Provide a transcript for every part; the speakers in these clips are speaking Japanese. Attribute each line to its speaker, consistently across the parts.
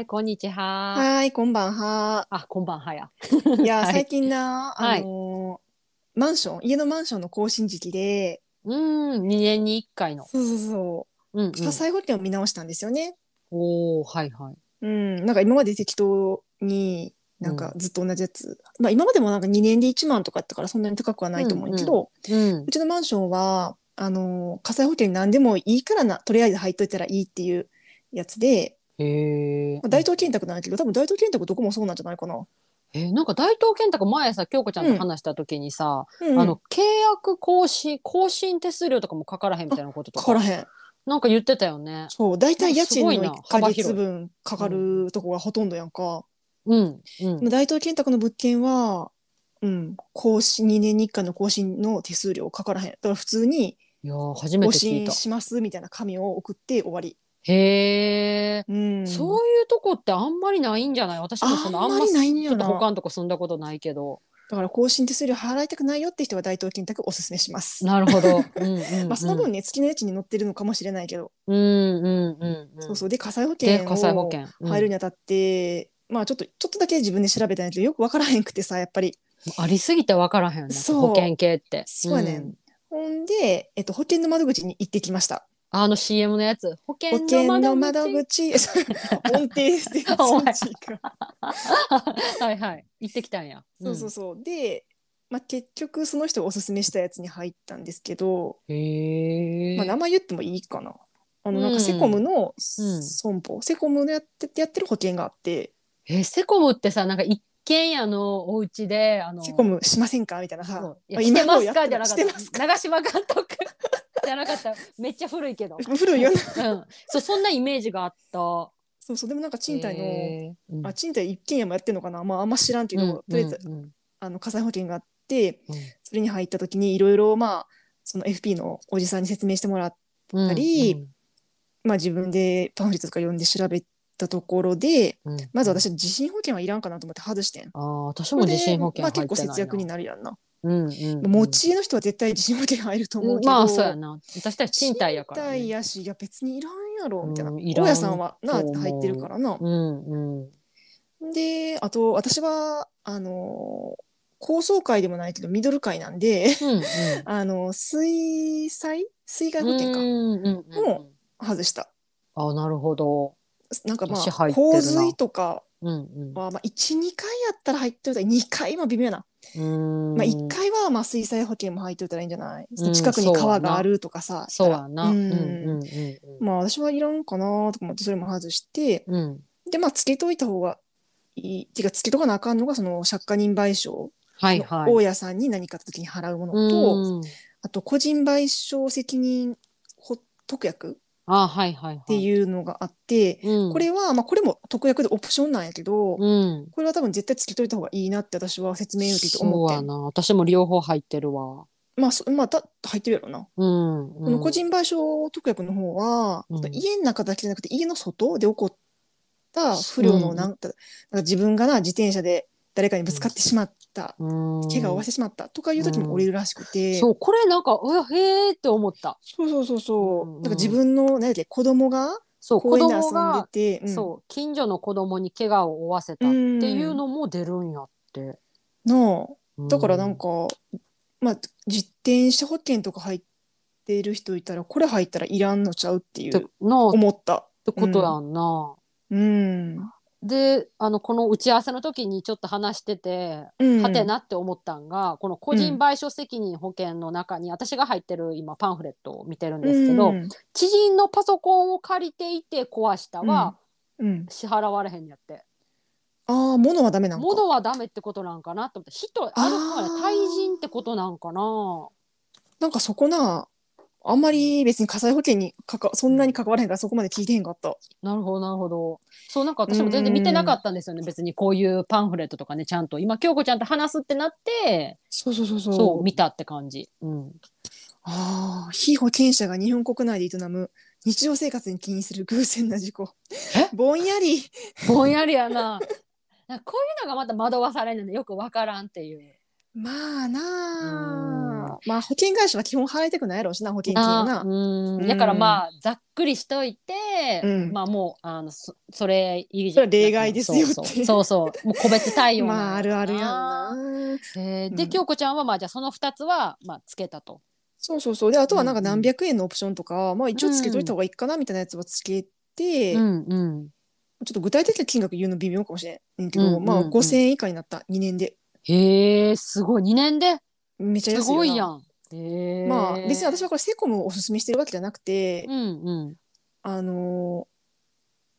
Speaker 1: い、こんにちは。
Speaker 2: はーい、こんばんは。
Speaker 1: あ、こんばんはや。
Speaker 2: いや、
Speaker 1: はい
Speaker 2: 最近
Speaker 1: は
Speaker 2: な、あ
Speaker 1: い
Speaker 2: のーマンション、家のマンションの更新時期で、
Speaker 1: うん、2年に1回の。
Speaker 2: そうそうそ
Speaker 1: うん、うん
Speaker 2: う、火災保険を見直したんですよね。
Speaker 1: おお、はいはい。
Speaker 2: うん、なんか今まで適当に、なんかずっと同じやつ。まあ今までもなんか2年で1万とかやったからそんなに高くはないと思うけど、う
Speaker 1: うん、
Speaker 2: ちのマンションは、あのー火災保険何でもいいからな、とりあえず入っといたらいいっていうやつで、
Speaker 1: へえ
Speaker 2: まあ、。大東建託なんだけど、多分大東建託どこもそうなんじゃないかな。
Speaker 1: えーなんか大東建託前さ京子ちゃんと話した時にさ、
Speaker 2: うんうん
Speaker 1: あの契約更新更新手数料とかもかからへんみたいなことと
Speaker 2: か
Speaker 1: か
Speaker 2: からへん。
Speaker 1: なんか言ってたよね。
Speaker 2: そう、大体家賃の
Speaker 1: すごいな
Speaker 2: 1ヶ月分かかるとこがほとんどやんか。
Speaker 1: うん、うん
Speaker 2: 大東建託の物件は、うん、更新、2年に1回の更新の手数料かからへん。だから普通に
Speaker 1: いやー初め
Speaker 2: 更
Speaker 1: て聞い
Speaker 2: 新
Speaker 1: た。
Speaker 2: しますみたいな紙を送って終わり。
Speaker 1: へえ、
Speaker 2: うん。
Speaker 1: そういうとこってあんまりないんじゃない私もその
Speaker 2: あ
Speaker 1: あ
Speaker 2: ん
Speaker 1: ん
Speaker 2: ま
Speaker 1: ま
Speaker 2: りないん
Speaker 1: ち
Speaker 2: よ
Speaker 1: ょっ
Speaker 2: な
Speaker 1: と他のとこ住んだことないけど。
Speaker 2: だから更新手数料払いたくないよって人は大東建託おすすめします。
Speaker 1: なるほど。うんうんうん
Speaker 2: まあ、その分ね、月の家賃に乗ってるのかもしれないけど、
Speaker 1: うんうんうんうん。
Speaker 2: そうそう。で、火災保
Speaker 1: で
Speaker 2: 険
Speaker 1: 火災保
Speaker 2: を
Speaker 1: 険。うん
Speaker 2: 入るにあたって、まあちょっと、ちょっとだけ自分で調べたんやけど、よくわからへんくてさ、やっぱり。
Speaker 1: ありすぎて分からへんよね。
Speaker 2: そう
Speaker 1: 保険系って。
Speaker 2: そうやねん
Speaker 1: ん
Speaker 2: ほんで、えっと、保険の窓口に行ってきました。
Speaker 1: あの CM のやつ。保
Speaker 2: 保
Speaker 1: 険
Speaker 2: 険の
Speaker 1: の
Speaker 2: 窓
Speaker 1: 窓口。
Speaker 2: 口、音程してる
Speaker 1: お前
Speaker 2: 数値が
Speaker 1: はいはい。行ってきたんや。
Speaker 2: そうそうそう。で、まあ、結局その人がおすすめしたやつに入ったんですけど、
Speaker 1: うん。へえ。
Speaker 2: まあ、名前言ってもいいかな。あの
Speaker 1: うん
Speaker 2: なんかセコムの
Speaker 1: うん
Speaker 2: 損保、セコムのやってやってる保険があって、
Speaker 1: えセコムってさなんか一軒家のお家であの
Speaker 2: セコムしませんかみたいな
Speaker 1: そ
Speaker 2: さ
Speaker 1: う、いや
Speaker 2: あ
Speaker 1: して
Speaker 2: 今
Speaker 1: ま
Speaker 2: も
Speaker 1: す
Speaker 2: やって
Speaker 1: か
Speaker 2: る
Speaker 1: じゃなかっ
Speaker 2: してます
Speaker 1: た長嶋監督 じゃなかっためっちゃ古いけど、
Speaker 2: 古いよ
Speaker 1: う
Speaker 2: な。
Speaker 1: ん、そうそんなイメージがあった
Speaker 2: そうそう、でもなんか 賃貸の、
Speaker 1: へーうん
Speaker 2: あ賃貸一軒家もやってるのかな、まあ、あんま知らんけど、
Speaker 1: うん
Speaker 2: とりあえず
Speaker 1: うんうん
Speaker 2: あの火災保険があって、
Speaker 1: うん
Speaker 2: それに入った時にいろいろまあその FP のおじさんに説明してもらって、
Speaker 1: うん
Speaker 2: たり
Speaker 1: うん
Speaker 2: まあ、自分でパンフレットとか読んで調べたところで
Speaker 1: うん
Speaker 2: まず私は地震保険はいらんかなと思って外してん。
Speaker 1: あー私も地震保険
Speaker 2: ま
Speaker 1: 入
Speaker 2: あ、
Speaker 1: ってな
Speaker 2: 結
Speaker 1: いな、
Speaker 2: 構節約になるやんな。
Speaker 1: うんうんうん
Speaker 2: 持ち家の人は絶対地震保険入ると思うけど、
Speaker 1: まあそうやな私たち賃貸やから、
Speaker 2: 賃貸
Speaker 1: ね、
Speaker 2: やしいや別にいらんやろみたいな、
Speaker 1: うんいらん
Speaker 2: 大家さんはな
Speaker 1: と思う
Speaker 2: 入ってるからな
Speaker 1: う。んうん
Speaker 2: であと私はあのー高層階でもないけどミドル階なんで
Speaker 1: うん
Speaker 2: あの水災水害
Speaker 1: うん
Speaker 2: 保険か、
Speaker 1: うんうんうん
Speaker 2: も外した。
Speaker 1: あなるほど
Speaker 2: なんかま
Speaker 1: 私
Speaker 2: あ
Speaker 1: 入ってるな
Speaker 2: 洪水とか
Speaker 1: うんうん
Speaker 2: は、まあ、12回やったら入っておいたら2回は微妙やな、
Speaker 1: ま
Speaker 2: まあ、1回はまあ水災保険も入っておいたらいいんじゃない、
Speaker 1: うん
Speaker 2: 近くに川があるとかさ
Speaker 1: そうやな。う
Speaker 2: う
Speaker 1: んんうんうん
Speaker 2: まあ私はいらんかなとか思ってそれも外して
Speaker 1: うん。うん。
Speaker 2: でまあつけといた方がいいっていうかつけとかなあかんのがその借家人賠償
Speaker 1: はいはい。
Speaker 2: の大家さんに何かあった時に払うものと、
Speaker 1: うん
Speaker 2: あと個人賠償責任ほ特約
Speaker 1: あはいはいはい。
Speaker 2: って
Speaker 1: う
Speaker 2: いうのがあって、
Speaker 1: ん。
Speaker 2: これは、まあ、これも特約でオプションなんやけど、
Speaker 1: うん。
Speaker 2: これは多分絶対つけといた方がいいなって私は説明受けて思
Speaker 1: そう
Speaker 2: って
Speaker 1: や
Speaker 2: ん
Speaker 1: な。私も両方入ってるわ。
Speaker 2: まあそまあた入ってるやろな、
Speaker 1: うん。
Speaker 2: この個人賠償特約の方は、
Speaker 1: うん
Speaker 2: その家の中だけじゃなくて家の外で起こった不良のなんか,、なんか自分がな自転車で誰かにぶつかってしまった、
Speaker 1: うん。
Speaker 2: 怪我を負わせてしまったとかいう時も降りるらしくて、
Speaker 1: そう、これなんか、うわ、へーって思った。
Speaker 2: そうそうそうそう、
Speaker 1: うんうん
Speaker 2: なんか自分の何だっけ子供が
Speaker 1: そう、
Speaker 2: 公
Speaker 1: 子供
Speaker 2: 園で遊ん
Speaker 1: が、
Speaker 2: でて、うん
Speaker 1: そう、近所の子供に怪我を負わせたっていうのも出るんやって。
Speaker 2: なあ
Speaker 1: うん
Speaker 2: だからなん。か、まあ自転車保険とか入ってる人いたらこれ入ったらいらんのちゃうってい
Speaker 1: って
Speaker 2: う
Speaker 1: なっ
Speaker 2: 思った。
Speaker 1: てことやんな。
Speaker 2: うん。
Speaker 1: で、あの、この打ち合わせの時にちょっと話してて、
Speaker 2: うん
Speaker 1: はて。なって思ったんが、この個人賠償責任保険の中に、私が入ってる今パンフレットを見てるんですけど、
Speaker 2: うん
Speaker 1: 知人のパソコンを借りていて壊したは
Speaker 2: うん。
Speaker 1: 支払われへんやって、
Speaker 2: ああ、物はダメなんか。
Speaker 1: 物はダメってことなんかなと思って人あるから対人ってことなんかな
Speaker 2: なんかそこな、あんまり別に火災保険にかかそんなに関わらへんからそこまで聞いてへんかった。
Speaker 1: なるほどなるほどそうなんか私も全然見てなかったんですよね、別にこういうパンフレットとかねちゃんと今京子ちゃんと話すってなって
Speaker 2: そうそうそうそ
Speaker 1: そう見たって感じ、うん、
Speaker 2: ああ、非保険者が日本国内で営む日常生活に起因する偶然な事故。ぼんやり。
Speaker 1: ぼんやりやななんかこういうのがまた惑わされるのでよくわからんっていう
Speaker 2: まあなあ、まあ保険会社は基本払いたくないやろうしな、保険金は
Speaker 1: な
Speaker 2: な。
Speaker 1: うん
Speaker 2: ん
Speaker 1: だからまあざっくりしといて、
Speaker 2: うん
Speaker 1: まあもうあのそそれ以
Speaker 2: それは例外ですよって
Speaker 1: そうそうそうそうもう個別対応
Speaker 2: まああるあるやん
Speaker 1: なのか
Speaker 2: な。
Speaker 1: な。えー
Speaker 2: う
Speaker 1: で
Speaker 2: ん
Speaker 1: 京子ちゃんはまあじゃあその2つはまあつけたと。
Speaker 2: そうそうそう。で、あとはなんか
Speaker 1: うんうん
Speaker 2: 何百円のオプションとか、まあ一応つけといた方がいいかなみたいなやつはつけて、
Speaker 1: う
Speaker 2: ち
Speaker 1: ん
Speaker 2: ょ
Speaker 1: うん、
Speaker 2: っと具体的な金額言うの微妙かもしれんけ
Speaker 1: うん
Speaker 2: ど、
Speaker 1: うん
Speaker 2: まあ
Speaker 1: うん
Speaker 2: 5000円以下になった、2年で。
Speaker 1: へえすごい2年で
Speaker 2: めっちゃ安い
Speaker 1: す
Speaker 2: よな
Speaker 1: ごいやん。へえ
Speaker 2: まあ別に私はこれセコムをおすすめしてるわけじゃなくて、
Speaker 1: うんうん
Speaker 2: あのー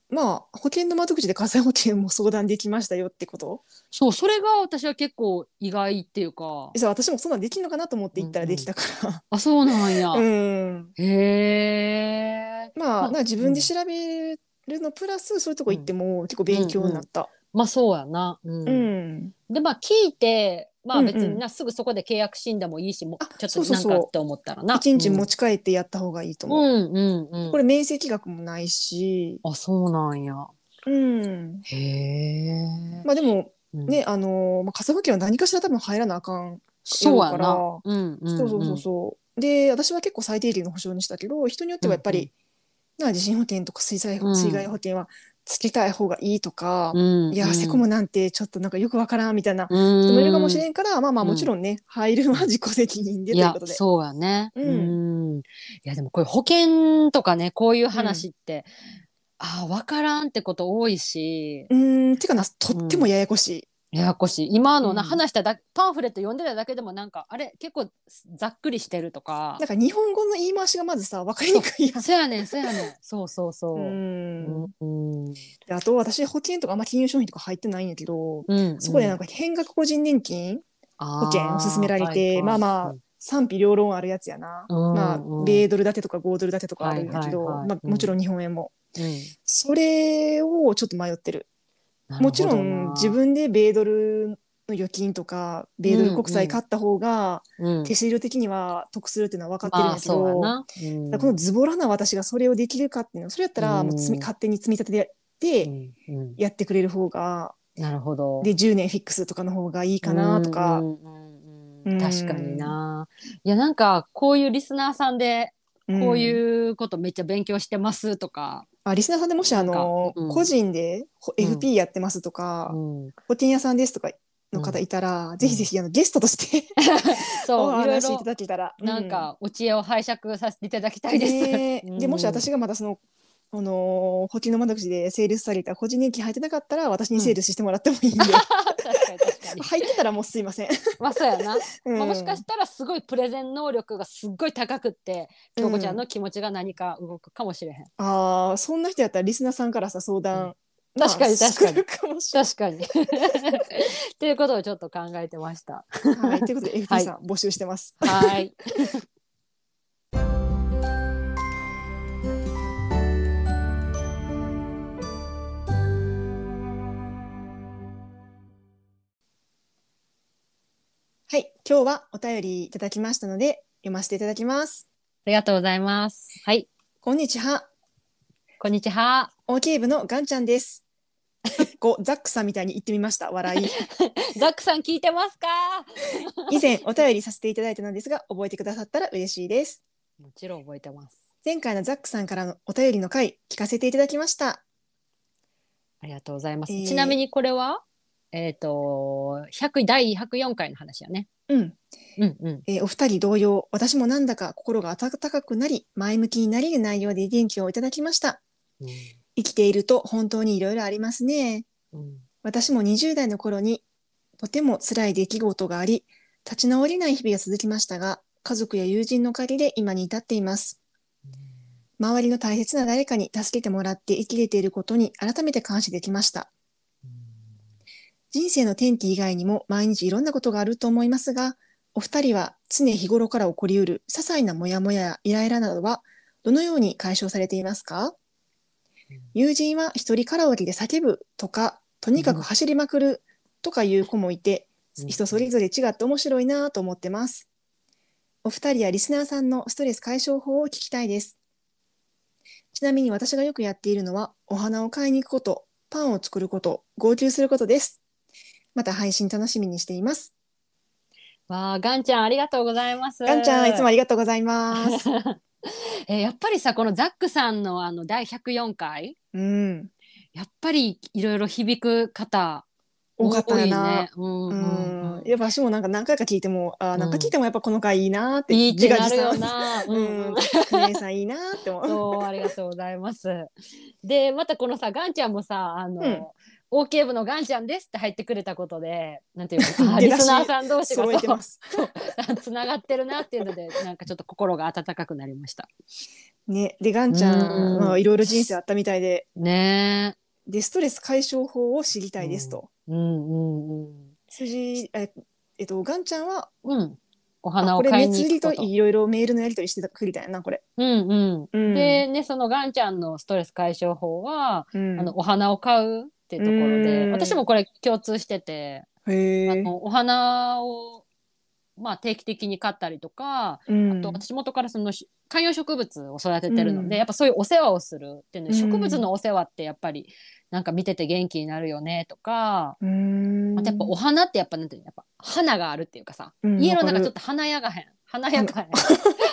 Speaker 2: まあ保険の窓口で火災保険も相談できましたよってこと
Speaker 1: そうそれが私は結構意外っていうか
Speaker 2: 実は私もそんなんできるのかなと思って行ったらできたか
Speaker 1: あそうなんや。
Speaker 2: ら、うん、
Speaker 1: へえ
Speaker 2: まあ
Speaker 1: まあ
Speaker 2: なんか自分で調べるのプラスそういうとこ行っても結構勉強になった。
Speaker 1: まあそうやな。
Speaker 2: うん
Speaker 1: でまあ聞いてまあ
Speaker 2: うんうん
Speaker 1: 別になすぐそこで契約しんでもいいしもう
Speaker 2: あ
Speaker 1: ちょっ
Speaker 2: そ
Speaker 1: と
Speaker 2: うそう
Speaker 1: なん
Speaker 2: そう
Speaker 1: かって思ったらな。
Speaker 2: 一日持ち帰ってやった方がいいと
Speaker 1: う
Speaker 2: 思う。
Speaker 1: んうんうんうん。
Speaker 2: これ面積額もないし、
Speaker 1: あそうなんや。
Speaker 2: うん、
Speaker 1: へえ。
Speaker 2: まあでも
Speaker 1: うん
Speaker 2: ね、あのーまあ、火災保険は何かしら多分入らなあかん
Speaker 1: そうや
Speaker 2: やろう
Speaker 1: な。
Speaker 2: か
Speaker 1: う
Speaker 2: ら
Speaker 1: んうんん。
Speaker 2: そうそうそうそう。で私は結構最低限の保証にしたけど人によってはやっぱり、なんか地震保険とか水災
Speaker 1: うん
Speaker 2: 水害保険はつきたい方がいいとか、
Speaker 1: うん。
Speaker 2: いやーセコムなんてちょっとなんかよくわからんみたいな
Speaker 1: うん。
Speaker 2: 人もいるかもし
Speaker 1: ん
Speaker 2: れんから、まあまあもちろんね入るのは自己責任でと
Speaker 1: い
Speaker 2: いう
Speaker 1: や
Speaker 2: ことで。
Speaker 1: そうやね。う
Speaker 2: うん
Speaker 1: ん。いやでもこれ保険とかねこういう話って、ああ分からんってこと多いし
Speaker 2: うーんてかなとってもややこしい。
Speaker 1: ややこしい今のな、
Speaker 2: うん
Speaker 1: 話しただパンフレット読んでただけでもなんかあれ結構ざっくりしてるとか
Speaker 2: なんか日本語の言い回しがまずさ分かりにくいやん。
Speaker 1: そやねんそやねんそうそうそうう。
Speaker 2: ん
Speaker 1: うんうん
Speaker 2: であと私保険とかあんま金融商品とか入ってないんやけど、
Speaker 1: うん
Speaker 2: そこでなんか変額個人年金
Speaker 1: 保
Speaker 2: 険勧められてまあまあ賛否両論あるやつやな。
Speaker 1: うん
Speaker 2: まあ
Speaker 1: うん
Speaker 2: 米ドル建てとか5ドル建てとかあるんやけ
Speaker 1: は
Speaker 2: ど、
Speaker 1: いはいはい
Speaker 2: まあ、もちろん日本円も。
Speaker 1: うん
Speaker 2: それをちょっと迷ってる。もちろん自、分で米ドルの預金とか米ドル国債買った方が
Speaker 1: なるほどなうん、
Speaker 2: 手数料的には得するっていうのは分かってるん
Speaker 1: あ
Speaker 2: だ
Speaker 1: ー
Speaker 2: け
Speaker 1: そうや
Speaker 2: ど、
Speaker 1: な、うん
Speaker 2: だからこのズボラな私がそれをできるかっていうのそれやったらもう積み
Speaker 1: うん
Speaker 2: 勝手に積み立てでやって
Speaker 1: うんうん
Speaker 2: やってくれる方が
Speaker 1: なるほど。
Speaker 2: で10年フィックスとかの方がいいかなとか、
Speaker 1: うんうんうん
Speaker 2: うん
Speaker 1: 確かにな。いやなんかこういうリスナーさんでこう
Speaker 2: うん
Speaker 1: いうことめっちゃ勉強してますとか、
Speaker 2: あリスナーさんでもしあの、
Speaker 1: なんかうん
Speaker 2: 個人でほ
Speaker 1: うん
Speaker 2: FP やってますとか、
Speaker 1: うん
Speaker 2: 保険屋さんですとかの方いたら、ぜひぜひあのゲストとして お
Speaker 1: そういろい
Speaker 2: 話しい
Speaker 1: ろ
Speaker 2: ただけたら。
Speaker 1: なん
Speaker 2: うん
Speaker 1: かお知恵を拝借させていただきたいです。
Speaker 2: ねえ
Speaker 1: うん
Speaker 2: でもし私がまだその、あのー、保険の窓口でセールスされた個人年金入ってなかったら私にセールスしてもらってもいいんで、
Speaker 1: 確かに確かに。
Speaker 2: 入ってたらもうすい ません。
Speaker 1: まあそうやな。
Speaker 2: うん
Speaker 1: まあ、もしかしたらすごいプレゼン能力がすっごい高くって京子ちゃんの気持ちが何か動くかもしれへん。
Speaker 2: ああそんな人やったらリスナーさんからさ相談、
Speaker 1: ん確かに確かに
Speaker 2: 来るか もしれ
Speaker 1: 確かに。ということをちょっと考えてました。
Speaker 2: ない。はい、ということで FP さん、募集してます。
Speaker 1: はい。
Speaker 2: はい今日はお便りいただきましたので読ませていただきます。
Speaker 1: ありがとうございます。はい。
Speaker 2: こんにちは
Speaker 1: こんにちは。
Speaker 2: オーケー部のガンちゃんです。 かっこザックさんみたいに言ってみました笑い。
Speaker 1: ザックさん聞いてますか。
Speaker 2: 以前お便りさせていただいたのですが覚えてくださったら嬉しいです。
Speaker 1: もちろん覚えてます。
Speaker 2: 前回のザックさんからのお便りの回聞かせていただきました。
Speaker 1: ありがとうございます。
Speaker 2: えー
Speaker 1: ちなみにこれは。えっ、と、百第百四回の話やね。
Speaker 2: うん、
Speaker 1: うんうん。
Speaker 2: えーお二人同様、私もなんだか心が温かくなり、前向きになれる内容で元気をいただきました。生きていると本当にいろいろありますね。
Speaker 1: うん。
Speaker 2: 私も20代の頃にとても辛い出来事があり、立ち直れない日々が続きましたが、家族や友人のおかげで今に至っています。周りの大切な誰かに助けてもらって生きれていることに改めて感謝できました。人生の転機以外にも毎日いろんなことがあると思いますが、お二人は常日頃から起こりうる些細なモヤモヤやイライラなどはどのように解消されていますか友人は一人カラオケで叫ぶとか、とにかく走りまくるとかいう子もいて、
Speaker 1: うん
Speaker 2: 人それぞれ違って面白いなぁと思ってます。お二人やリスナーさんのストレス解消法を聞きたいです。ちなみに私がよくやっているのは、お花を買いに行くこと、パンを作ること、号泣することです。また配信楽しみにしています。
Speaker 1: わあ、ガンちゃんありがとうございます。
Speaker 2: ガンちゃん、いつもありがとうござ います。
Speaker 1: えーやっぱりさ、このザックさんのあの第104回、
Speaker 2: うん。
Speaker 1: やっぱりいろいろ響く方
Speaker 2: 多かったよな。
Speaker 1: 多いね。うん
Speaker 2: う
Speaker 1: うんうん
Speaker 2: ん。やっぱ私もなんか何回か聞いても、あーなんか聞いてもやっぱこの回いいなーって、
Speaker 1: いいってなるよ
Speaker 2: 自画
Speaker 1: な。
Speaker 2: 自賛。うん。クレイさんいいなーって思う。
Speaker 1: そうありがとうございます。でまたこのさガンちゃんもさあの、
Speaker 2: うん
Speaker 1: OK 部のガンちゃんですって入ってくれたことでなんていうの あ
Speaker 2: 出
Speaker 1: リ
Speaker 2: だし
Speaker 1: スナーさん同士が
Speaker 2: 揃えて
Speaker 1: そう
Speaker 2: ます。
Speaker 1: つながってるなっていうのでなんかちょっと心が温かくなりました。
Speaker 2: ね。で、ガンちゃ
Speaker 1: うん
Speaker 2: ん、まあいろいろ人生あったみたいで、
Speaker 1: ね
Speaker 2: で、ストレス解消法を知りたいですと。
Speaker 1: えうんうんうん
Speaker 2: 辻、ええっと、ガンちゃんは、
Speaker 1: うんお
Speaker 2: あ
Speaker 1: 花
Speaker 2: こ
Speaker 1: を
Speaker 2: れ、
Speaker 1: 買いに
Speaker 2: 目つ
Speaker 1: 行
Speaker 2: り
Speaker 1: くことと。
Speaker 2: いろいろメールのやり取りしてたくりたいな、これ。
Speaker 1: うんうん
Speaker 2: うん。
Speaker 1: でねそのガンちゃんのストレス解消法は、
Speaker 2: うん
Speaker 1: あのお花を買うっていうところで、
Speaker 2: うん
Speaker 1: 私もこれ共通してて。
Speaker 2: へ
Speaker 1: あ
Speaker 2: ー
Speaker 1: のお花を、まあ、定期的に買ったりとか、
Speaker 2: うん
Speaker 1: あと私元からそのし観葉植物を育ててるので、
Speaker 2: うん
Speaker 1: やっぱそういうお世話をするっていうの、
Speaker 2: うん
Speaker 1: 植物のお世話ってやっぱりなんか見てて元気になるよねとか、
Speaker 2: うん
Speaker 1: あとやっぱお花ってやっぱなんていうのやっぱ花があるっていうかさ、
Speaker 2: うん
Speaker 1: 家の中
Speaker 2: わかる
Speaker 1: ちょっと華やがへん華やがへん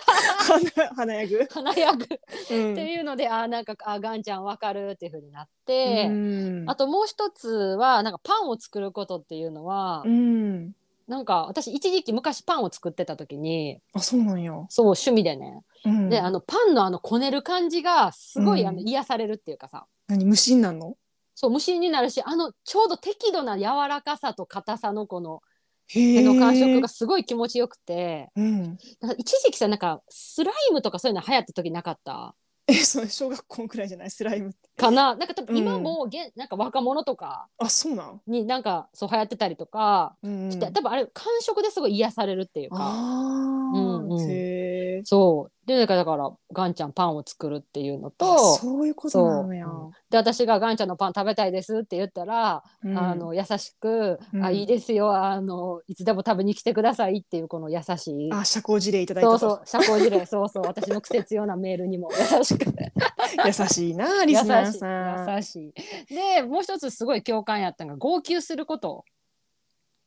Speaker 2: 花花 やぐ。
Speaker 1: 華やぐっ
Speaker 2: うん
Speaker 1: ていうので、ああーなんかあーガンちゃんわかるっていうふうになって。
Speaker 2: うん
Speaker 1: あともう一つはなんかパンを作ることっていうのは、
Speaker 2: うん。
Speaker 1: なんか私一時期昔パンを作ってた時に
Speaker 2: あ、そうなんや。
Speaker 1: そう趣味でね、
Speaker 2: うん、
Speaker 1: であのパンのあのこねる感じがすごい、
Speaker 2: うん
Speaker 1: あの癒されるっていうかさ
Speaker 2: 何無心なんの？
Speaker 1: そう無心になるしあのちょうど適度な柔らかさと硬さのこの
Speaker 2: へ
Speaker 1: 手
Speaker 2: え。
Speaker 1: の感触が。すごい気持ちよくて、
Speaker 2: うん。
Speaker 1: なんか一時期さなんかスライムとかそういうの流行った時なかった
Speaker 2: え、それ小学校くらいじゃないスライムって。
Speaker 1: かななんか多
Speaker 2: う
Speaker 1: 分
Speaker 2: ん
Speaker 1: 今も現、なんか若者とか
Speaker 2: あ、そうなん。
Speaker 1: になんかそう流行ってたりとか、
Speaker 2: うん、
Speaker 1: して多分あれ感触ですごい癒されるっていうか。
Speaker 2: ああ。
Speaker 1: うんうん
Speaker 2: へえ。
Speaker 1: そうでだからだからガンちゃんパンを作るっていうの
Speaker 2: あ
Speaker 1: と
Speaker 2: そういうことなのや。
Speaker 1: そうで私が「ガンちゃんのパン食べたいです」って言ったら、
Speaker 2: うん
Speaker 1: あの優しく、
Speaker 2: うん
Speaker 1: あ「いいですよあのいつでも食べに来てください」っていうこの優しい。
Speaker 2: あ、社交辞令いただいた
Speaker 1: そう
Speaker 2: と。
Speaker 1: そう社交辞令 そうそう私の癖強なメールにも優 しくて
Speaker 2: 優しい な、リ
Speaker 1: 優しい
Speaker 2: スナーさん。
Speaker 1: 優しいでもう一つすごい共感やったのが号泣すること、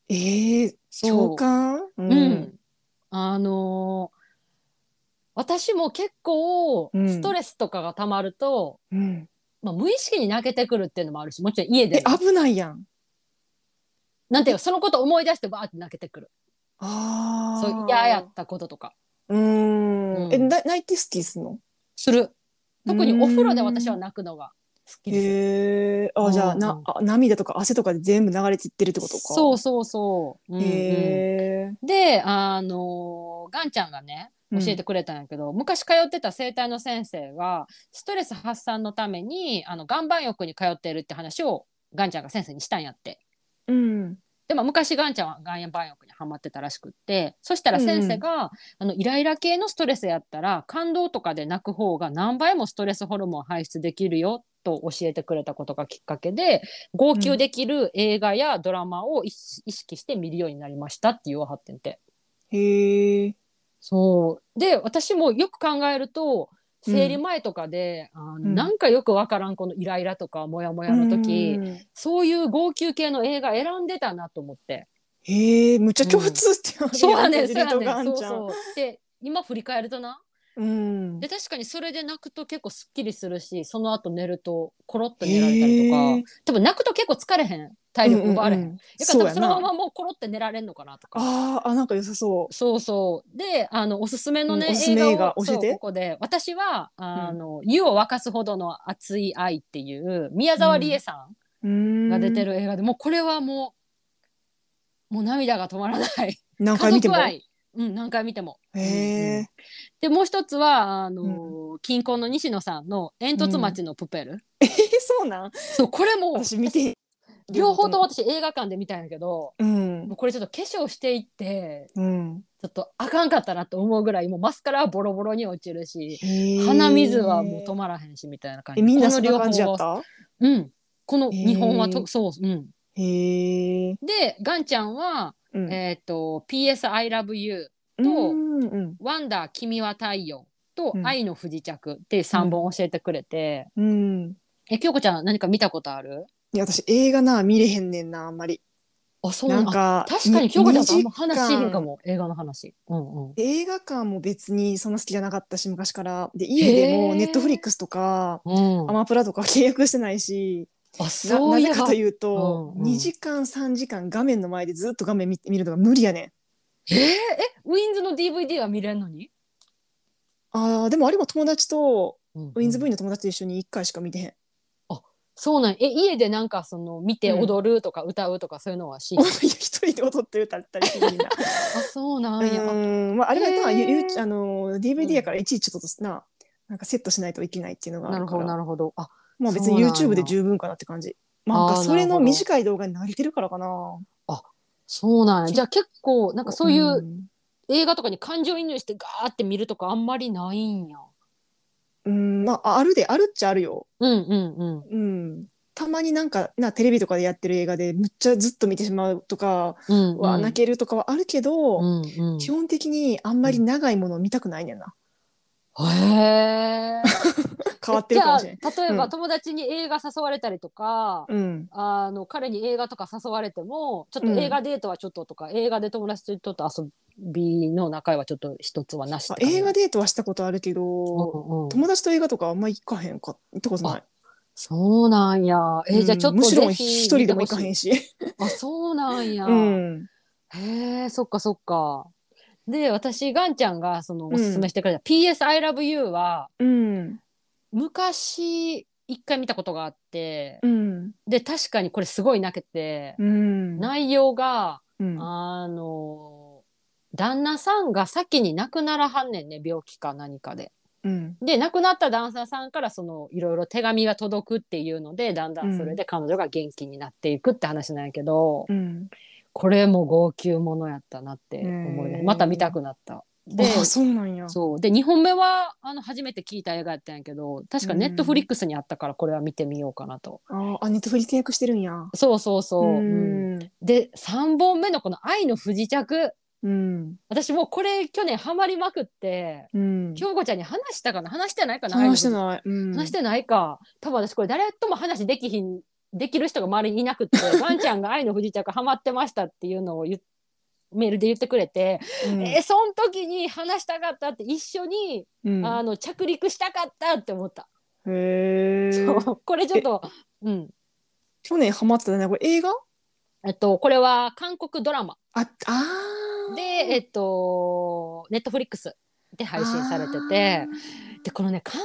Speaker 2: ええー、
Speaker 1: そう
Speaker 2: 共感？う
Speaker 1: うん。あのー私も結構
Speaker 2: うん
Speaker 1: ストレスとかがたまると、
Speaker 2: うん。
Speaker 1: まあ、無意識に泣けてくるっていうのもあるしもちろん家で
Speaker 2: え、
Speaker 1: も
Speaker 2: 危ないやん。
Speaker 1: なんていうのそのこと思い出してバーって泣けてくる
Speaker 2: ああ。
Speaker 1: そう嫌やっ。たこととか
Speaker 2: うーん。
Speaker 1: うん
Speaker 2: ん、え、な泣いて好きすんの？
Speaker 1: する特にお風呂で私は
Speaker 2: うん
Speaker 1: 泣くのが好きです
Speaker 2: へえあじゃあ,、
Speaker 1: うんう
Speaker 2: なんあ涙とか汗とかで全部流れていってるってことか
Speaker 1: そうそうそう、うんうん
Speaker 2: へえ
Speaker 1: であのーガンちゃんがね教えてくれたんやけど、昔通ってた整体の先生がストレス発散のためにあの岩盤浴に通ってるって話をガンちゃんが先生にしたんやって
Speaker 2: うん
Speaker 1: でも昔ガンちゃんは岩盤浴にはまってたらしくってそしたら先生が、あのイライラ系のストレスやったら感動とかで泣く方が何倍もストレスホルモン排出できるよと教えてくれたことがきっかけで号泣できる映画やドラマを意識意識して見るようになりましたって言わはってんて。
Speaker 2: へえ
Speaker 1: そうで私もよく考えると生理前とかで、あの
Speaker 2: うん
Speaker 1: なんかよくわからんこのイライラとかモヤモヤの時、
Speaker 2: うん
Speaker 1: そういう号泣系の映画選んでたなと思って。
Speaker 2: へえむっちゃ共通ってわけ
Speaker 1: そうやねん、
Speaker 2: ジ
Speaker 1: そ
Speaker 2: ェ
Speaker 1: う
Speaker 2: リ
Speaker 1: や
Speaker 2: と
Speaker 1: ね
Speaker 2: ガ
Speaker 1: ん。
Speaker 2: ン
Speaker 1: そう
Speaker 2: ちゃん
Speaker 1: そう。で、今振り返るとな。
Speaker 2: うん
Speaker 1: で、確かにそれで泣くと結構すっきりするし、その後寝るとコロッと寝られたりと
Speaker 2: へ
Speaker 1: か
Speaker 2: え、
Speaker 1: 多分泣くと結構疲れへん。体力奪われへん。
Speaker 2: うんうんうん
Speaker 1: だから多
Speaker 2: そう
Speaker 1: 分
Speaker 2: や
Speaker 1: そのまま
Speaker 2: な
Speaker 1: もうコロッて寝られんのかなとか。
Speaker 2: あーあなんか良さそ
Speaker 1: そうそう。で、あの、おすすめのね、
Speaker 2: うんおすすめ映画
Speaker 1: を
Speaker 2: 教えて
Speaker 1: そうここで、私は、あの、湯を沸かすほどの熱い愛っていう、宮沢りえさ
Speaker 2: うんん
Speaker 1: が出てる映画で、もうこれはもう、もう涙が止まらない。
Speaker 2: 何
Speaker 1: 家
Speaker 2: 回見て
Speaker 1: 族
Speaker 2: もへ
Speaker 1: 愛。うん、何回見ても。うんうん
Speaker 2: え
Speaker 1: でもう一つはあのー近郊の西野さんの「煙突町のプペル」
Speaker 2: え そうなん
Speaker 1: そうこれも
Speaker 2: 私見て
Speaker 1: 両方とも私映画館で見たんやけど
Speaker 2: うん
Speaker 1: もうこれちょっと化粧していって
Speaker 2: うん
Speaker 1: ちょっとあかんかったなと思うぐらいもうマスカラはボロボロに落ちるし
Speaker 2: へえ
Speaker 1: 鼻水はもう止まらへんしみたいな感じ
Speaker 2: えみんな
Speaker 1: こ
Speaker 2: そ
Speaker 1: の
Speaker 2: んな
Speaker 1: 両方
Speaker 2: 感じやっ
Speaker 1: は
Speaker 2: た
Speaker 1: うんこの日本は
Speaker 2: へ
Speaker 1: と
Speaker 2: ー
Speaker 1: そう、うん、
Speaker 2: へえ
Speaker 1: でガンちゃんは、
Speaker 2: うん
Speaker 1: えっ、と「PSILOVEYOU」
Speaker 2: うんうん
Speaker 1: 「ワンダー君は太陽」と
Speaker 2: う
Speaker 1: 「
Speaker 2: ん
Speaker 1: 愛の不時着」って3本教えてくれて、
Speaker 2: うん
Speaker 1: え、京子ちゃん何か見たことある
Speaker 2: いや私映画な見れへんねんなあんまり
Speaker 1: あ、そう
Speaker 2: な
Speaker 1: なんんか。
Speaker 2: か
Speaker 1: あ確かに、京子ちゃんとあんま話しへ
Speaker 2: 2
Speaker 1: ん
Speaker 2: 時
Speaker 1: か
Speaker 2: 間
Speaker 1: も、映画の話。うんうん。
Speaker 2: 映画館も別にそんな好きじゃなかったし昔からで家で
Speaker 1: へー
Speaker 2: もネットフリックスとか
Speaker 1: うん
Speaker 2: ア、マプラとか契約してないし
Speaker 1: あ、
Speaker 2: な
Speaker 1: そ
Speaker 2: な
Speaker 1: うい
Speaker 2: ぜ
Speaker 1: え
Speaker 2: か
Speaker 1: ば
Speaker 2: と。いうと、
Speaker 1: うんうん
Speaker 2: 2時間3時間画面の前でずっと画面見見るのが無理やねん
Speaker 1: えー、え、ウィンズの DVD は見れんのに
Speaker 2: あーでもあれも友達と
Speaker 1: ウ
Speaker 2: ウィンズ V の友達と一緒に1回しか見てへん、
Speaker 1: そうなんえ、家でなんかその、見て
Speaker 2: うん
Speaker 1: 踊るとか歌うとかそういうのはし、
Speaker 2: おいや一人で踊って歌ったりするみんな
Speaker 1: あ、そうな
Speaker 2: うん
Speaker 1: や。
Speaker 2: ーん、まあ、あれはな、
Speaker 1: へー
Speaker 2: ゆゆあの DVD やからいちいちちょっとななんかセットしないといけないっていうのがあ
Speaker 1: な
Speaker 2: る
Speaker 1: る
Speaker 2: か
Speaker 1: ほど、
Speaker 2: ら
Speaker 1: なるほど。あ、
Speaker 2: まあ別
Speaker 1: そう
Speaker 2: に
Speaker 1: なんだ
Speaker 2: YouTube で十分かなって感じなんか
Speaker 1: あー
Speaker 2: それ
Speaker 1: なる
Speaker 2: の
Speaker 1: ほど
Speaker 2: 短い動画に慣れてるからかな
Speaker 1: そうなんや。じゃあ結構、なんかそういうん映画とかに感情移入してガーって見るとかあんまりないんや。
Speaker 2: うんまああるであるっちゃあるよ
Speaker 1: うんうん
Speaker 2: うんたまになんかなテレビとかでやってる映画でむっちゃずっと見てしまうとか
Speaker 1: うん。うん、うん。
Speaker 2: は泣けるとかはあるけど、
Speaker 1: うんうん。
Speaker 2: 基本的にあんまり長いものを見たくないねんな
Speaker 1: へえ。
Speaker 2: 変わってるかもしれない
Speaker 1: じゃあ例えば
Speaker 2: うん
Speaker 1: 友達に映画誘われたりとか、
Speaker 2: うん
Speaker 1: あの彼に映画とか誘われてもちょっと映画デートはちょっととか、映画で友達とちょっと遊びの仲はちょっと一つはなしっ
Speaker 2: あ
Speaker 1: て感じ
Speaker 2: 映画デートはしたことあるけど、
Speaker 1: うんうん
Speaker 2: 友達と映画とかあんま行かへんか行ったことない、
Speaker 1: そうなんやえーじゃあちょっ
Speaker 2: うんむ
Speaker 1: と
Speaker 2: しろ
Speaker 1: ぜ
Speaker 2: 一
Speaker 1: ひ
Speaker 2: 人でも行かへ
Speaker 1: 見て
Speaker 2: んし、
Speaker 1: ほしいあそうなんや、
Speaker 2: うん、
Speaker 1: へえそっかそっかで私ガンちゃんがその
Speaker 2: ん
Speaker 1: おすすめしてくれた「PS I love you」は
Speaker 2: うん
Speaker 1: 昔一回見たことがあって
Speaker 2: うん
Speaker 1: で確かにこれすごい泣けて、
Speaker 2: うん
Speaker 1: 内容が
Speaker 2: うん
Speaker 1: あの旦那さんが先に亡くならはんねんね病気か何かで。
Speaker 2: うん
Speaker 1: で亡くなった旦那さんからそのいろいろ手紙が届くっていうのでだんだんそれで彼女が元気になっていくって話なんやけど、
Speaker 2: うん
Speaker 1: これも号泣ものやったなって思い出
Speaker 2: うん
Speaker 1: また見たくなった。で
Speaker 2: ああそうなんや
Speaker 1: そうで2本目はあの初めて聞いた映画やったんやけど確か
Speaker 2: うん
Speaker 1: ネットフリックスにあったからこれは見てみようかなと。
Speaker 2: ああネットフリ契約してるんや
Speaker 1: そうそうそう。うん
Speaker 2: ん
Speaker 1: で3本目のこの「愛の不時着」
Speaker 2: うん
Speaker 1: 私もうこれ去年ハマりまくって
Speaker 2: うん
Speaker 1: 京子ちゃんに話したかな話してないかな
Speaker 2: 話して
Speaker 1: い、
Speaker 2: ない。うん
Speaker 1: 話してないか多分私これ誰とも話できひんできる人が周りにいなくって ワンちゃんが「愛の不時着」ハマってましたっていうのを言っメールで言ってくれて、
Speaker 2: うん
Speaker 1: えその時に話したかったって一緒に、
Speaker 2: うん
Speaker 1: あの着陸したかったって思った、
Speaker 2: へえ。
Speaker 1: そうこれちょっとうん
Speaker 2: 去年ハマってたね。これ映画？
Speaker 1: えっとこれは韓国ドラマ
Speaker 2: あ、あー
Speaker 1: でえっとネットフリックスで配信されてて。でこのね韓